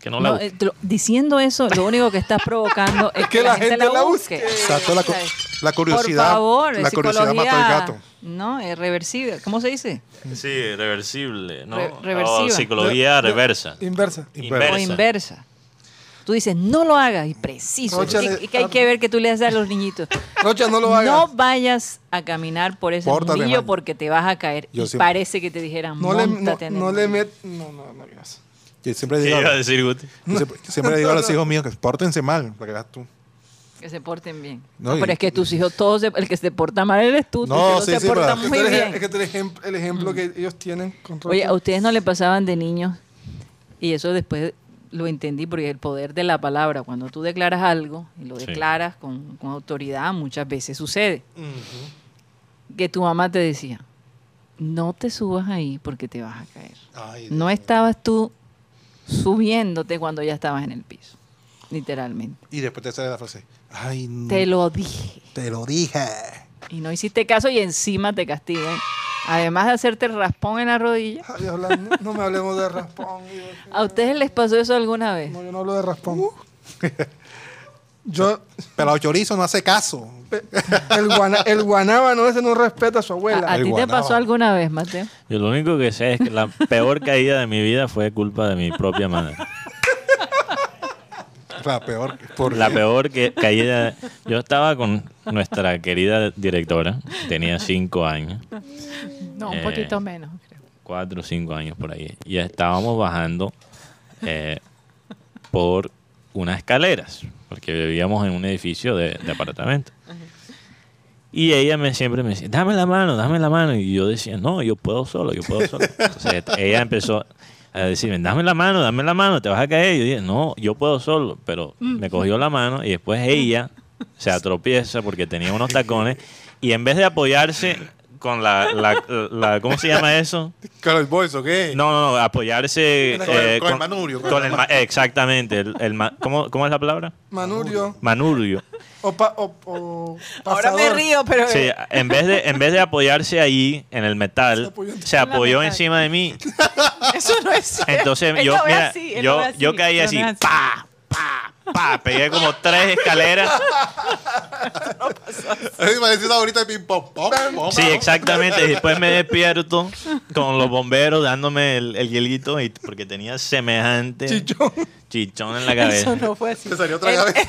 Speaker 5: que no la
Speaker 2: No,
Speaker 5: busque.
Speaker 2: eh, te lo- diciendo eso, lo único que estás provocando es que, la gente, la busque.
Speaker 4: Exacto, la, cu-
Speaker 2: O sea,
Speaker 4: la curiosidad.
Speaker 2: Por favor,
Speaker 4: la curiosidad
Speaker 2: psicología,
Speaker 4: mata al gato.
Speaker 2: No, es reversible. ¿Cómo se dice?
Speaker 5: Sí, reversible, ¿no?
Speaker 2: Re- reversiva.
Speaker 5: O psicología
Speaker 3: Re- re-
Speaker 5: reversa.
Speaker 3: Inversa.
Speaker 5: Inversa.
Speaker 2: O inversa. Tú dices, no lo hagas, y preciso.
Speaker 3: Rocha
Speaker 2: Y-
Speaker 3: le-
Speaker 2: y que hay que ver que tú le haces a los niñitos.
Speaker 3: Rocha, no lo
Speaker 2: No
Speaker 3: hagas.
Speaker 2: vayas a caminar por ese
Speaker 4: Pórtate
Speaker 2: mundillo
Speaker 4: mal.
Speaker 2: porque te vas a caer.
Speaker 4: Yo
Speaker 2: y
Speaker 4: siempre-
Speaker 2: parece que te dijeran,
Speaker 3: No, le, no,
Speaker 2: "Móntate en el
Speaker 3: no le
Speaker 2: mundillo".
Speaker 3: met... No, no, no digas.
Speaker 4: Yo siempre
Speaker 5: ¿Qué
Speaker 4: digo,
Speaker 5: iba a decir Guti?
Speaker 4: yo siempre, yo siempre digo a los hijos míos que pórtense mal, para que veas tú.
Speaker 2: Que se porten bien.
Speaker 4: No,
Speaker 2: No, pero
Speaker 4: y-
Speaker 2: es que tus hijos, todos, se- el que se porta mal eres tú.
Speaker 4: No,
Speaker 2: tus hijos
Speaker 4: sí,
Speaker 2: se
Speaker 4: sí,
Speaker 2: portan
Speaker 4: pero-
Speaker 3: Es que
Speaker 2: muy
Speaker 3: tú eres-
Speaker 2: bien.
Speaker 3: Es que tú eres ejem- el ejemplo que ellos tienen con Rocha.
Speaker 2: Oye, ¿a ustedes no le pasaban de niños? Y eso después lo entendí porque el poder de la palabra, cuando tú declaras algo y lo
Speaker 5: Sí.
Speaker 2: declaras con, con autoridad, muchas veces sucede. Que tu mamá te decía, no te subas ahí porque te vas a caer.
Speaker 4: Ay,
Speaker 2: No estabas tú subiéndote cuando ya estabas en el piso, literalmente.
Speaker 4: Y después te sale la frase, ay, no,
Speaker 2: Te lo dije.
Speaker 4: te lo dije.
Speaker 2: Y no hiciste caso y encima te castigan. Además de hacerte el raspón en la rodilla.
Speaker 3: Ay, habla- no, no me hablemos de raspón. Dios.
Speaker 2: ¿A ustedes les pasó eso alguna vez?
Speaker 3: No, yo no hablo de raspón.
Speaker 2: Uh.
Speaker 3: Yo,
Speaker 4: Pero el chorizo no hace caso.
Speaker 3: el, guana, el guanábano ese no respeta a su abuela.
Speaker 2: ¿A, a ti te
Speaker 4: Guanábana.
Speaker 2: pasó alguna vez, Mateo?
Speaker 5: Yo lo único que sé es que la peor caída de mi vida fue culpa de mi propia madre.
Speaker 4: La peor. Por
Speaker 5: La peor que caída. Yo estaba con nuestra querida directora, tenía cinco años,
Speaker 2: No,
Speaker 5: un Eh, poquito
Speaker 2: menos, creo.
Speaker 5: cuatro o cinco años por ahí, y estábamos bajando eh, por unas escaleras, porque vivíamos en un edificio de, de apartamento. Y ella me, siempre me decía, dame la mano, dame la mano. Y yo decía, no, yo puedo solo, yo puedo solo. Entonces ella empezó a decirme, dame la mano, dame la mano, te vas a caer. Y yo dije, no, yo puedo solo. Pero me cogió la mano y después ella se atropieza porque tenía unos tacones. Y en vez de apoyarse con la, la- la- ¿cómo se llama eso?
Speaker 4: ¿Con el bolso qué?
Speaker 5: No, no, no, apoyarse
Speaker 4: Con el- con el manubrio, pues. con
Speaker 5: con
Speaker 4: el
Speaker 5: el ma- exactamente. el- el ma- ¿cómo, ¿Cómo es la palabra?
Speaker 3: Manurio.
Speaker 5: Manubrio.
Speaker 3: O, pa- o- o
Speaker 2: Ahora me
Speaker 3: pasador.
Speaker 2: río, pero...
Speaker 5: Sí, en vez de en vez de apoyarse ahí en el metal,
Speaker 3: apoyó en-
Speaker 5: se apoyó encima de mí.
Speaker 2: Eso no es cierto.
Speaker 5: Entonces
Speaker 2: Él
Speaker 5: yo
Speaker 2: lo ve
Speaker 5: mira,
Speaker 2: así, él lo
Speaker 5: yo
Speaker 2: ve así,
Speaker 5: yo caí
Speaker 2: pero no
Speaker 5: así,
Speaker 2: es así.
Speaker 5: pa, pa, Pa, pegué como tres escaleras.
Speaker 4: Me parece una bolita de ping pong. Pom, pom,
Speaker 5: Sí,
Speaker 4: pom.
Speaker 5: exactamente. Y Después me despierto con los bomberos dándome el, el hielito y, porque tenía semejante chichón. en la
Speaker 6: Eso
Speaker 5: cabeza.
Speaker 6: no fue así.
Speaker 4: Te salió otra cabeza.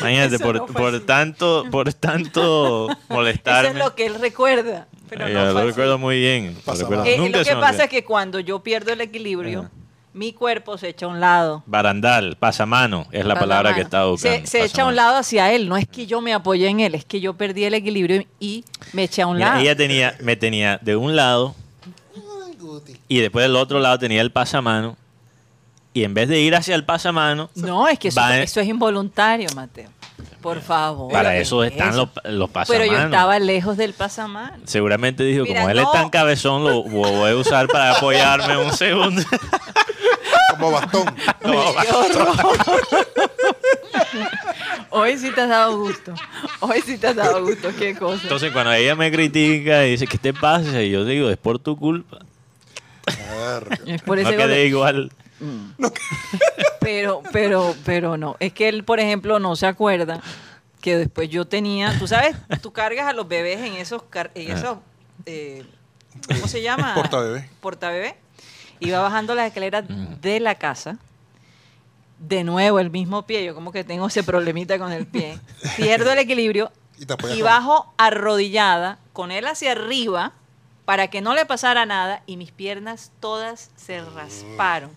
Speaker 5: Imagínate,
Speaker 6: eso
Speaker 5: por,
Speaker 6: no fue
Speaker 5: por
Speaker 6: así.
Speaker 5: tanto, por tanto
Speaker 2: Eso
Speaker 5: molestarme.
Speaker 2: es lo que él recuerda. Pero
Speaker 5: Eh,
Speaker 2: no
Speaker 5: yo
Speaker 2: fue
Speaker 5: lo
Speaker 2: así.
Speaker 5: recuerdo muy bien. Lo
Speaker 4: Pasa
Speaker 5: recuerdo-
Speaker 4: mal.
Speaker 2: Eh,
Speaker 5: Nunca
Speaker 2: lo
Speaker 5: se
Speaker 2: que
Speaker 5: me
Speaker 2: pasa
Speaker 5: olvida.
Speaker 2: es que cuando yo pierdo el equilibrio,
Speaker 5: Ajá.
Speaker 2: mi cuerpo se echa a un lado.
Speaker 5: Barandal, pasamano, es la
Speaker 2: Pasamano.
Speaker 5: palabra que estaba buscando.
Speaker 2: Se, se echa a un
Speaker 5: pasamano.
Speaker 2: lado hacia él. No es que yo me apoye en él, es que yo perdí el equilibrio y me eché a un
Speaker 5: Mira,
Speaker 2: lado.
Speaker 5: ella tenía, me tenía de un lado y después del otro lado tenía el pasamano. Y en vez de ir hacia el pasamano,
Speaker 2: No, es que eso,
Speaker 5: Va en-
Speaker 2: eso es involuntario, Mateo. Por favor.
Speaker 5: para eso
Speaker 2: ¿qué es
Speaker 5: están los, los
Speaker 2: Pero
Speaker 5: pasamanos.
Speaker 2: yo estaba lejos del pasamano.
Speaker 5: Seguramente dijo,
Speaker 2: Mira,
Speaker 5: como él es
Speaker 2: no.
Speaker 5: tan cabezón, lo, lo voy a usar para apoyarme un segundo.
Speaker 4: Como bastón.
Speaker 5: No, va.
Speaker 2: Hoy sí te has dado gusto. Hoy sí te has dado gusto. Qué cosa.
Speaker 5: Entonces cuando ella me critica y dice, ¿qué te pasa? Y yo digo, es por tu culpa.
Speaker 2: Es por
Speaker 5: no
Speaker 2: ese
Speaker 5: quedé
Speaker 2: golpe.
Speaker 5: igual.
Speaker 2: pero, pero, pero no. Es que él, por ejemplo, no se acuerda que después yo tenía. Tú sabes, tú cargas a los bebés en esos. car- en esos eh, ¿Cómo se llama?
Speaker 4: Portabebé.
Speaker 2: Portabebé. Iba bajando las escaleras de la casa. De nuevo, el mismo pie. Yo como que tengo ese problemita con el pie. Pierdo el equilibrio
Speaker 4: Y te apoyas
Speaker 2: y
Speaker 4: con-
Speaker 2: bajo arrodillada, con él hacia arriba, para que no le pasara nada, y mis piernas todas se
Speaker 4: Mm.
Speaker 2: rasparon.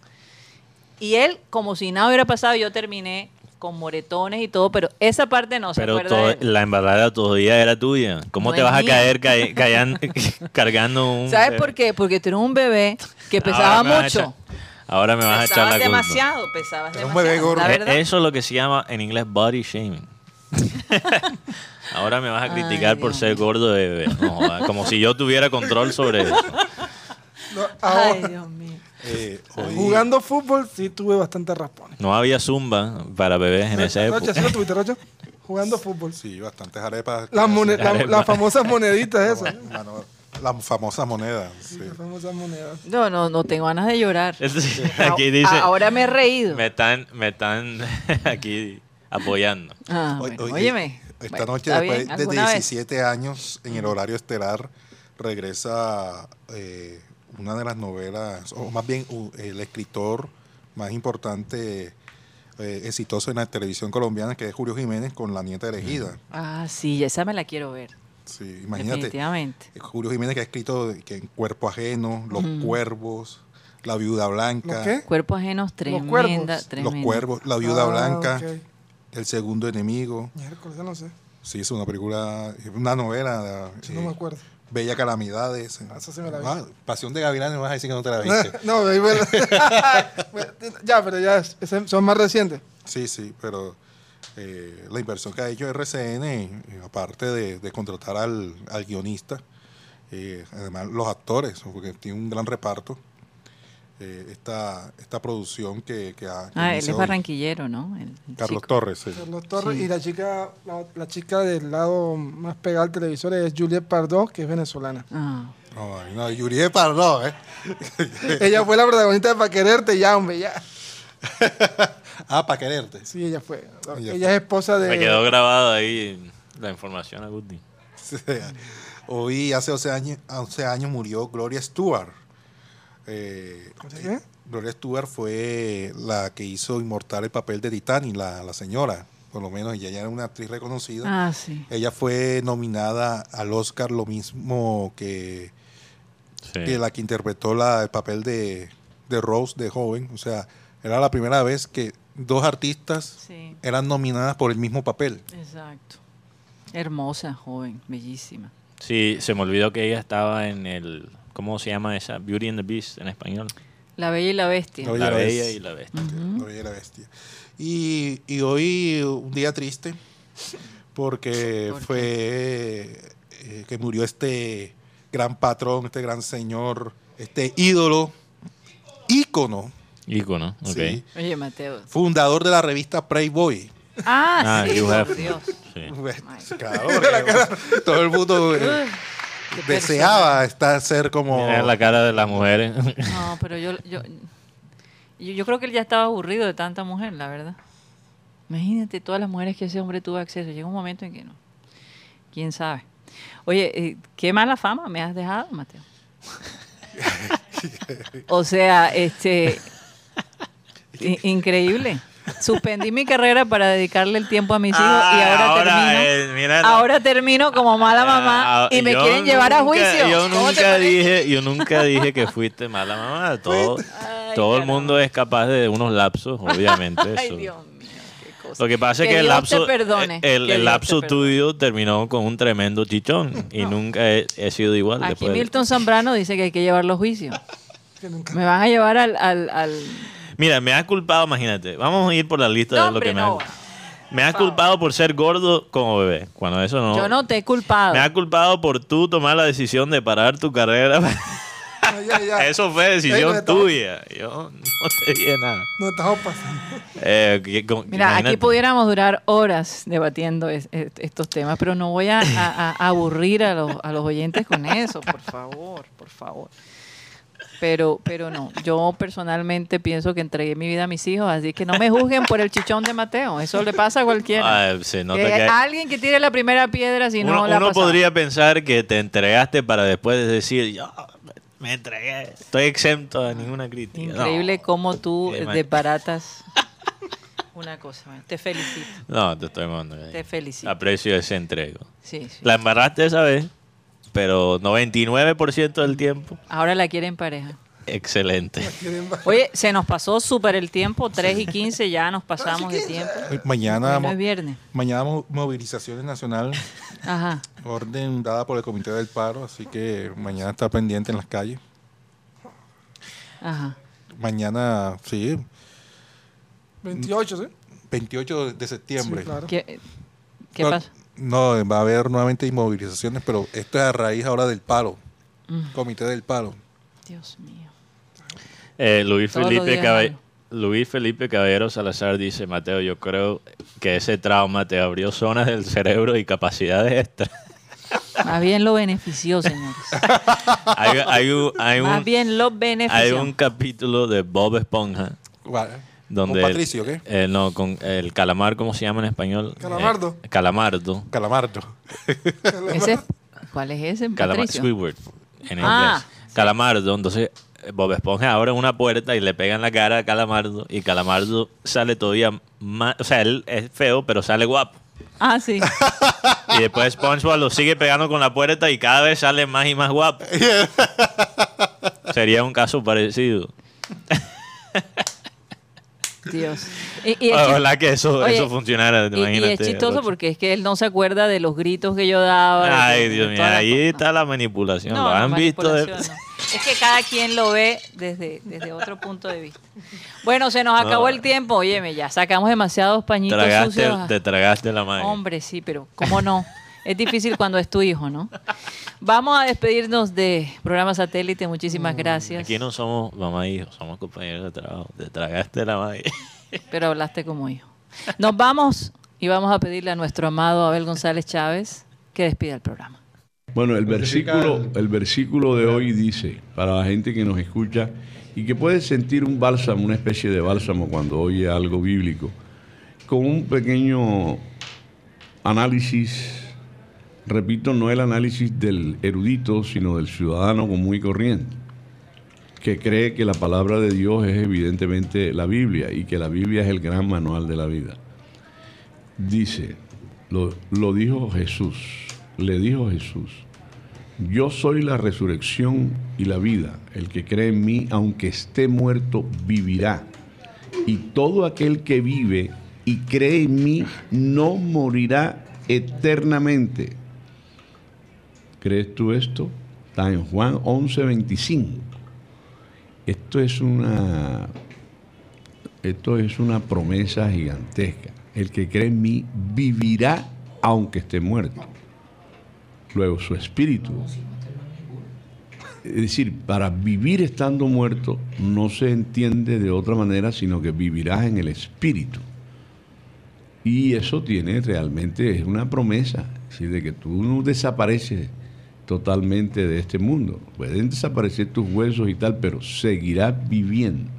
Speaker 2: Y él, como si nada hubiera pasado, yo terminé con moretones y todo, pero esa parte no se
Speaker 5: Pero
Speaker 2: acuerda.
Speaker 5: todo-
Speaker 2: de él.
Speaker 5: la embarrada todavía era tuya. ¿Cómo
Speaker 2: No
Speaker 5: te
Speaker 2: es
Speaker 5: vas a
Speaker 2: mía.
Speaker 5: caer cae- callan- cargando un...
Speaker 2: ¿Sabes por qué? Porque tenía un bebé que pesaba
Speaker 5: Ahora Ah, me vas a
Speaker 2: mucho.
Speaker 5: echar- Ahora me vas a echar la
Speaker 2: Pesabas
Speaker 5: culpa.
Speaker 2: demasiado, pesabas
Speaker 4: Era un
Speaker 2: demasiado.
Speaker 4: bebé gordo.
Speaker 2: La
Speaker 5: Eh,
Speaker 2: verdad.
Speaker 5: Eso es lo que se llama en inglés body shaming. Ahora me vas a
Speaker 2: Ay,
Speaker 5: criticar por
Speaker 2: Dios
Speaker 5: ser gordo de bebé. No, joda, como si yo tuviera control sobre eso.
Speaker 3: No,
Speaker 2: Ay,
Speaker 3: ahora,
Speaker 2: Dios mío.
Speaker 4: Eh, hoy-
Speaker 3: jugando fútbol sí tuve bastante raspones.
Speaker 5: No había zumba para bebés en esa
Speaker 3: Rocha,
Speaker 5: época.
Speaker 3: ¿sí lo tuviste, Rocha? Jugando fútbol.
Speaker 4: Sí, bastantes arepas.
Speaker 3: Las, mone- la- las famosas moneditas esas.
Speaker 4: Mano, Las famosas monedas. sí.
Speaker 3: Las famosas monedas.
Speaker 2: No, no, no tengo ganas de llorar.
Speaker 5: Entonces, Aquí dice,
Speaker 2: A- Ahora me he reído.
Speaker 5: me están, me están aquí apoyando.
Speaker 2: Ah,
Speaker 4: Hoy-
Speaker 2: bueno,
Speaker 4: hoy-
Speaker 2: óyeme.
Speaker 4: Esta
Speaker 2: Bueno,
Speaker 4: noche,
Speaker 2: está
Speaker 4: después
Speaker 2: bien,
Speaker 4: de
Speaker 2: alguna vez.
Speaker 4: 17 años, en el horario estelar, regresa eh, una de las novelas, o más bien u- el escritor más importante, eh, exitoso en la televisión colombiana, que es Julio Jiménez, con La Nieta Elegida.
Speaker 2: Ah, sí, esa me la quiero ver.
Speaker 4: Sí, imagínate.
Speaker 2: Definitivamente.
Speaker 4: Julio Jiménez que ha escrito de- que en Cuerpo Ajeno, Los
Speaker 2: Ujú.
Speaker 4: Cuervos, La Viuda Blanca.
Speaker 3: ¿Los qué?
Speaker 2: Cuerpos ajenos, tremenda,
Speaker 3: cuervos.
Speaker 4: Los
Speaker 2: tremenda.
Speaker 4: Cuervos, La Viuda
Speaker 3: Ah,
Speaker 4: Blanca,
Speaker 3: ok.
Speaker 4: El Segundo Enemigo.
Speaker 3: Miércoles, ya no sé.
Speaker 4: Sí, es una película, una novela.
Speaker 3: Yo
Speaker 4: eh,
Speaker 3: no me acuerdo.
Speaker 4: Bella Calamidades.
Speaker 3: Ah, esa sí me la vi.
Speaker 4: Ah, Pasión de Gavilanes, me vas a decir que no te la viste.
Speaker 3: no, ahí bueno. ya, pero ya es- esas son más recientes.
Speaker 4: sí, sí, pero eh, la inversión que ha hecho RCN, eh, aparte de, de contratar al, al guionista, eh, además los actores, porque tiene un gran reparto. eh, esta, esta producción que, que ha. que
Speaker 2: Ah, él
Speaker 4: inició
Speaker 2: es barranquillero, ¿no? El- el
Speaker 4: Carlos
Speaker 2: chico.
Speaker 4: Torres, sí.
Speaker 3: Carlos Torres y la chica, la, la chica del lado más pegada al televisor es Juliet Pardo, que es venezolana.
Speaker 2: Ah.
Speaker 4: No, no, Yurié Pardo, ¿eh?
Speaker 3: ella fue la protagonista de Pa' Quererte, ya, hombre, ya.
Speaker 4: Ah, para quererte.
Speaker 3: Sí, ella fue.
Speaker 4: Ella
Speaker 3: Ella, es esposa de.
Speaker 5: Me quedó grabada ahí la información, Agustín.
Speaker 4: sea, Hoy, hace 11 años, 11 años murió Gloria Stewart. Eh,
Speaker 3: ¿Qué?
Speaker 4: Gloria Stewart fue la que hizo inmortal el papel de Titanic, la, la señora, por lo menos ella ya era una actriz reconocida.
Speaker 2: Ah, sí.
Speaker 4: Ella fue nominada al Oscar lo mismo que,
Speaker 5: Sí.
Speaker 4: que la que interpretó la, el papel de, de Rose de joven. O sea, era la primera vez que dos artistas
Speaker 2: Sí,
Speaker 4: eran nominadas por el mismo papel.
Speaker 2: exacto. Hermosa, joven, bellísima.
Speaker 5: Sí, se me olvidó que ella estaba en el... ¿Cómo se llama esa? Beauty and the Beast en español.
Speaker 2: La Bella y la Bestia.
Speaker 4: La Bella y la
Speaker 5: La Bella
Speaker 4: Bestia.
Speaker 5: y la Bestia.
Speaker 4: La Bella y la Bestia. Y, y hoy un día triste porque
Speaker 2: ¿Por qué?
Speaker 4: fue eh, que murió este gran patrón, este gran señor, este ídolo, ícono,
Speaker 5: Ícono, ok.
Speaker 4: ¿sí?
Speaker 2: Oye, Mateo.
Speaker 4: fundador de la revista Playboy. Este,
Speaker 2: Ah,
Speaker 5: Ah,
Speaker 2: sí,
Speaker 5: you
Speaker 2: por
Speaker 5: have-
Speaker 2: Dios.
Speaker 5: Sí.
Speaker 4: Claro, porque todo el mundo eh,
Speaker 2: Qué
Speaker 4: deseaba estar ser como...
Speaker 5: Mira la cara de las mujeres.
Speaker 2: persona. No, pero yo, yo, Yo, yo creo que él ya estaba aburrido de tanta mujer, la verdad. Imagínate todas las mujeres que ese hombre tuvo acceso. Llega un momento en que no. ¿Quién sabe? Oye, eh, qué mala fama me has dejado, Mateo. o sea, este... i- increíble. Suspendí mi carrera para dedicarle el tiempo a mis hijos y ahora,
Speaker 5: Ah, ahora,
Speaker 2: termino...
Speaker 5: eh, mira, no.
Speaker 2: ahora termino como mala mamá
Speaker 5: Ah,
Speaker 2: y me
Speaker 5: yo
Speaker 2: quieren llevar a
Speaker 5: nunca-
Speaker 2: juicio.
Speaker 5: Yo
Speaker 2: ¿Cómo te
Speaker 5: nunca
Speaker 2: parece?
Speaker 5: dije, yo nunca dije que fuiste mala mamá. Todo,
Speaker 2: Ay,
Speaker 5: todo el
Speaker 2: caramba.
Speaker 5: mundo es capaz de unos lapsos, obviamente.
Speaker 2: Ay,
Speaker 5: eso.
Speaker 2: Dios mío, qué cosa.
Speaker 5: Lo que pasa es que el
Speaker 2: Dios
Speaker 5: lapso, eh,
Speaker 2: te perdone,
Speaker 5: el,
Speaker 2: que
Speaker 5: el
Speaker 2: Dios
Speaker 5: lapso
Speaker 2: te perdone.
Speaker 5: tuyo terminó con un tremendo chichón y nunca he, he sido igual.
Speaker 2: Aquí
Speaker 5: después de-
Speaker 2: Milton Zambrano dice que hay que llevar los juicios.
Speaker 3: Que nunca-
Speaker 2: Me van a llevar al. al, al-
Speaker 5: Mira, me has culpado, imagínate. Vamos a ir por la lista
Speaker 2: No,
Speaker 5: de lo
Speaker 2: hombre,
Speaker 5: que me
Speaker 2: no.
Speaker 5: has... Me has culpado por ser gordo como bebé, cuando eso no...
Speaker 2: Yo no te he culpado.
Speaker 5: Me has culpado por tú tomar la decisión de parar tu carrera.
Speaker 3: No, ya, ya.
Speaker 5: Eso fue
Speaker 3: Ey, nos
Speaker 5: decisión
Speaker 3: estamos-
Speaker 5: tuya. Yo no te dije nada.
Speaker 3: Nos estamos pasando.
Speaker 5: Eh, que- como-
Speaker 2: Mira, aquí
Speaker 5: imagínate.
Speaker 2: pudiéramos durar horas debatiendo es- es- estos temas, pero no voy a, a- a aburrir a los, a los oyentes con eso, por favor, por favor. Pero, pero no, yo personalmente pienso que entregué mi vida a mis hijos, así que no me juzguen por el chichón de Mateo, eso le pasa a cualquiera.
Speaker 5: Ah, se nota
Speaker 2: Que
Speaker 5: que hay-
Speaker 2: Alguien que tire la primera piedra si
Speaker 5: uno
Speaker 2: no la
Speaker 5: uno
Speaker 2: ha pasado.
Speaker 5: podría pensar que te entregaste para después decir, yo me entregué, estoy exento de ninguna crítica. No.
Speaker 2: Increíble cómo tú
Speaker 5: Qué mal.
Speaker 2: desbaratas una cosa. bueno, Te felicito,
Speaker 5: No, te estoy mandando.
Speaker 2: te felicito.
Speaker 5: Aprecio ese entrego.
Speaker 2: Sí, sí.
Speaker 5: La embarraste esa vez, pero 99% del tiempo,
Speaker 2: Ahora la quieren pareja.
Speaker 5: excelente.
Speaker 3: Quieren va-
Speaker 2: Oye, se nos pasó súper el tiempo, 3 y 15 ya nos pasamos de tiempo.
Speaker 7: Eh, Mañana,
Speaker 2: Hoy no es viernes.
Speaker 7: mañana mo- movilizaciones nacionales,
Speaker 2: Ajá.
Speaker 7: orden dada por el Comité del Paro, así que mañana está pendiente en las calles.
Speaker 2: Ajá.
Speaker 7: Mañana, sí,
Speaker 3: 28, ¿sí?
Speaker 7: 28 de
Speaker 3: Sí,
Speaker 7: septiembre.
Speaker 3: claro.
Speaker 2: ¿Qué, qué
Speaker 7: no,
Speaker 2: pasa?
Speaker 7: No, va a haber nuevamente inmovilizaciones, pero esto es a raíz ahora del paro,
Speaker 2: Mm.
Speaker 7: Comité del Paro.
Speaker 2: Dios mío.
Speaker 5: Eh, Luis,
Speaker 2: Todos los
Speaker 5: Felipe
Speaker 2: días
Speaker 5: Cabe-
Speaker 2: algo.
Speaker 5: Luis Felipe Caballero Salazar dice, Mateo, yo creo que ese trauma te abrió zonas del cerebro y capacidades extras.
Speaker 2: Más bien lo benefició, señores.
Speaker 5: hay, hay un, hay un-
Speaker 2: Más bien lo
Speaker 5: hay
Speaker 2: benefició.
Speaker 5: un capítulo de Bob Esponja
Speaker 7: Vale.
Speaker 5: donde...
Speaker 7: Con Patricio, ¿qué?
Speaker 5: eh, no, con el calamar, ¿cómo se llama en español?
Speaker 3: Calamardo.
Speaker 5: Eh, calamardo.
Speaker 7: Calamardo.
Speaker 2: Ese es- ¿Cuál es ese?
Speaker 5: Calamar,
Speaker 2: Patricio?
Speaker 5: Squidward, en
Speaker 2: Ah,
Speaker 5: inglés. Calamardo, entonces eh, Bob Esponja abre una puerta y le pega en la cara a Calamardo y Calamardo sale todavía más, o sea, él es feo, pero sale guapo.
Speaker 2: Ah, sí.
Speaker 5: Y después SpongeBob lo sigue pegando con la puerta y cada vez sale más y más guapo. Sería un caso parecido.
Speaker 2: Dios. Y, y es que-
Speaker 5: Ojalá que eso,
Speaker 2: Oye,
Speaker 5: eso
Speaker 2: Y-
Speaker 5: funcionara,
Speaker 2: Y,
Speaker 5: Pues imagínate.
Speaker 2: es chistoso
Speaker 5: Rocha.
Speaker 2: porque es que él no se acuerda de los gritos que yo daba. de-
Speaker 5: Ay,
Speaker 2: de
Speaker 5: Dios mío,
Speaker 2: todas las
Speaker 5: ahí
Speaker 2: cosas.
Speaker 5: está la manipulación.
Speaker 2: No,
Speaker 5: lo
Speaker 2: no,
Speaker 5: han visto. de-
Speaker 2: manipulación, no. Es que cada quien lo ve desde, desde otro punto de vista. Bueno, se nos acabó el tiempo. Óyeme, ya sacamos demasiados pañitos
Speaker 5: Tragaste,
Speaker 2: sucios.
Speaker 5: te tragaste la mano.
Speaker 2: Hombre, sí, pero ¿cómo no? Es difícil cuando es tu hijo, ¿no? Vamos a despedirnos de Programa Satélite. Muchísimas gracias.
Speaker 5: Mm, Aquí no somos mamá e hijo, somos compañeros de trabajo. Te tragaste la mano.
Speaker 2: Pero hablaste como hijo. Nos vamos y vamos a pedirle a nuestro amado Abel González Chávez que despida el programa.
Speaker 8: Bueno, el versículo, el versículo de hoy dice, para la gente que nos escucha y que puede sentir un bálsamo, una especie de bálsamo cuando oye algo bíblico, con un pequeño análisis, repito, no el análisis del erudito, sino del ciudadano común y corriente, que cree que la palabra de Dios es evidentemente la Biblia y que la Biblia es el gran manual de la vida. Dice, lo, lo dijo Jesús, le dijo Jesús, yo soy la resurrección y la vida, el que cree en mí, aunque esté muerto, vivirá. Y todo aquel que vive y cree en mí, no morirá eternamente. ¿Crees tú esto? Está en Juan 11, 25. Esto es una esto es una promesa gigantesca. El que cree en mí vivirá aunque esté muerto. Luego su espíritu. Es decir, para vivir estando muerto no se entiende de otra manera, sino que vivirás en el espíritu. Y eso tiene realmente es una promesa, es decir, de que tú no desapareces totalmente de este mundo. Pueden desaparecer tus huesos y tal, pero seguirás viviendo.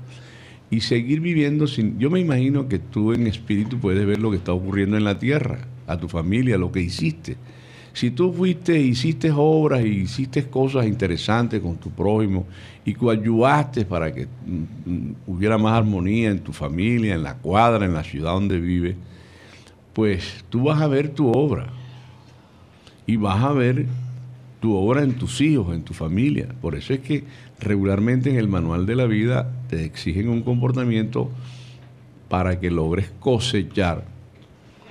Speaker 8: y seguir viviendo sin... Yo me imagino que tú en espíritu puedes ver lo que está ocurriendo en la tierra, a tu familia, lo que hiciste. Si tú fuiste, hiciste obras y hiciste cosas interesantes con tu prójimo y coadyuvaste para que mm, mm, hubiera más armonía en tu familia, en la cuadra, en la ciudad donde vives, pues tú vas a ver tu obra y vas a ver tu obra en tus hijos, en tu familia. Por eso es que regularmente en el manual de la vida te exigen un comportamiento para que logres cosechar,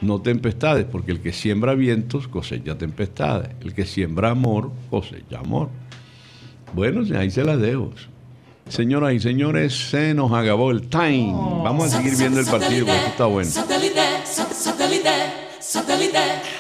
Speaker 8: no tempestades, porque el que siembra vientos cosecha tempestades, el que siembra amor cosecha amor. Bueno, ahí se las dejo. Señoras y señores, se nos acabó el time. Vamos a seguir viendo el partido, porque esto está bueno.
Speaker 9: Satellite, sat- satellite, satellite.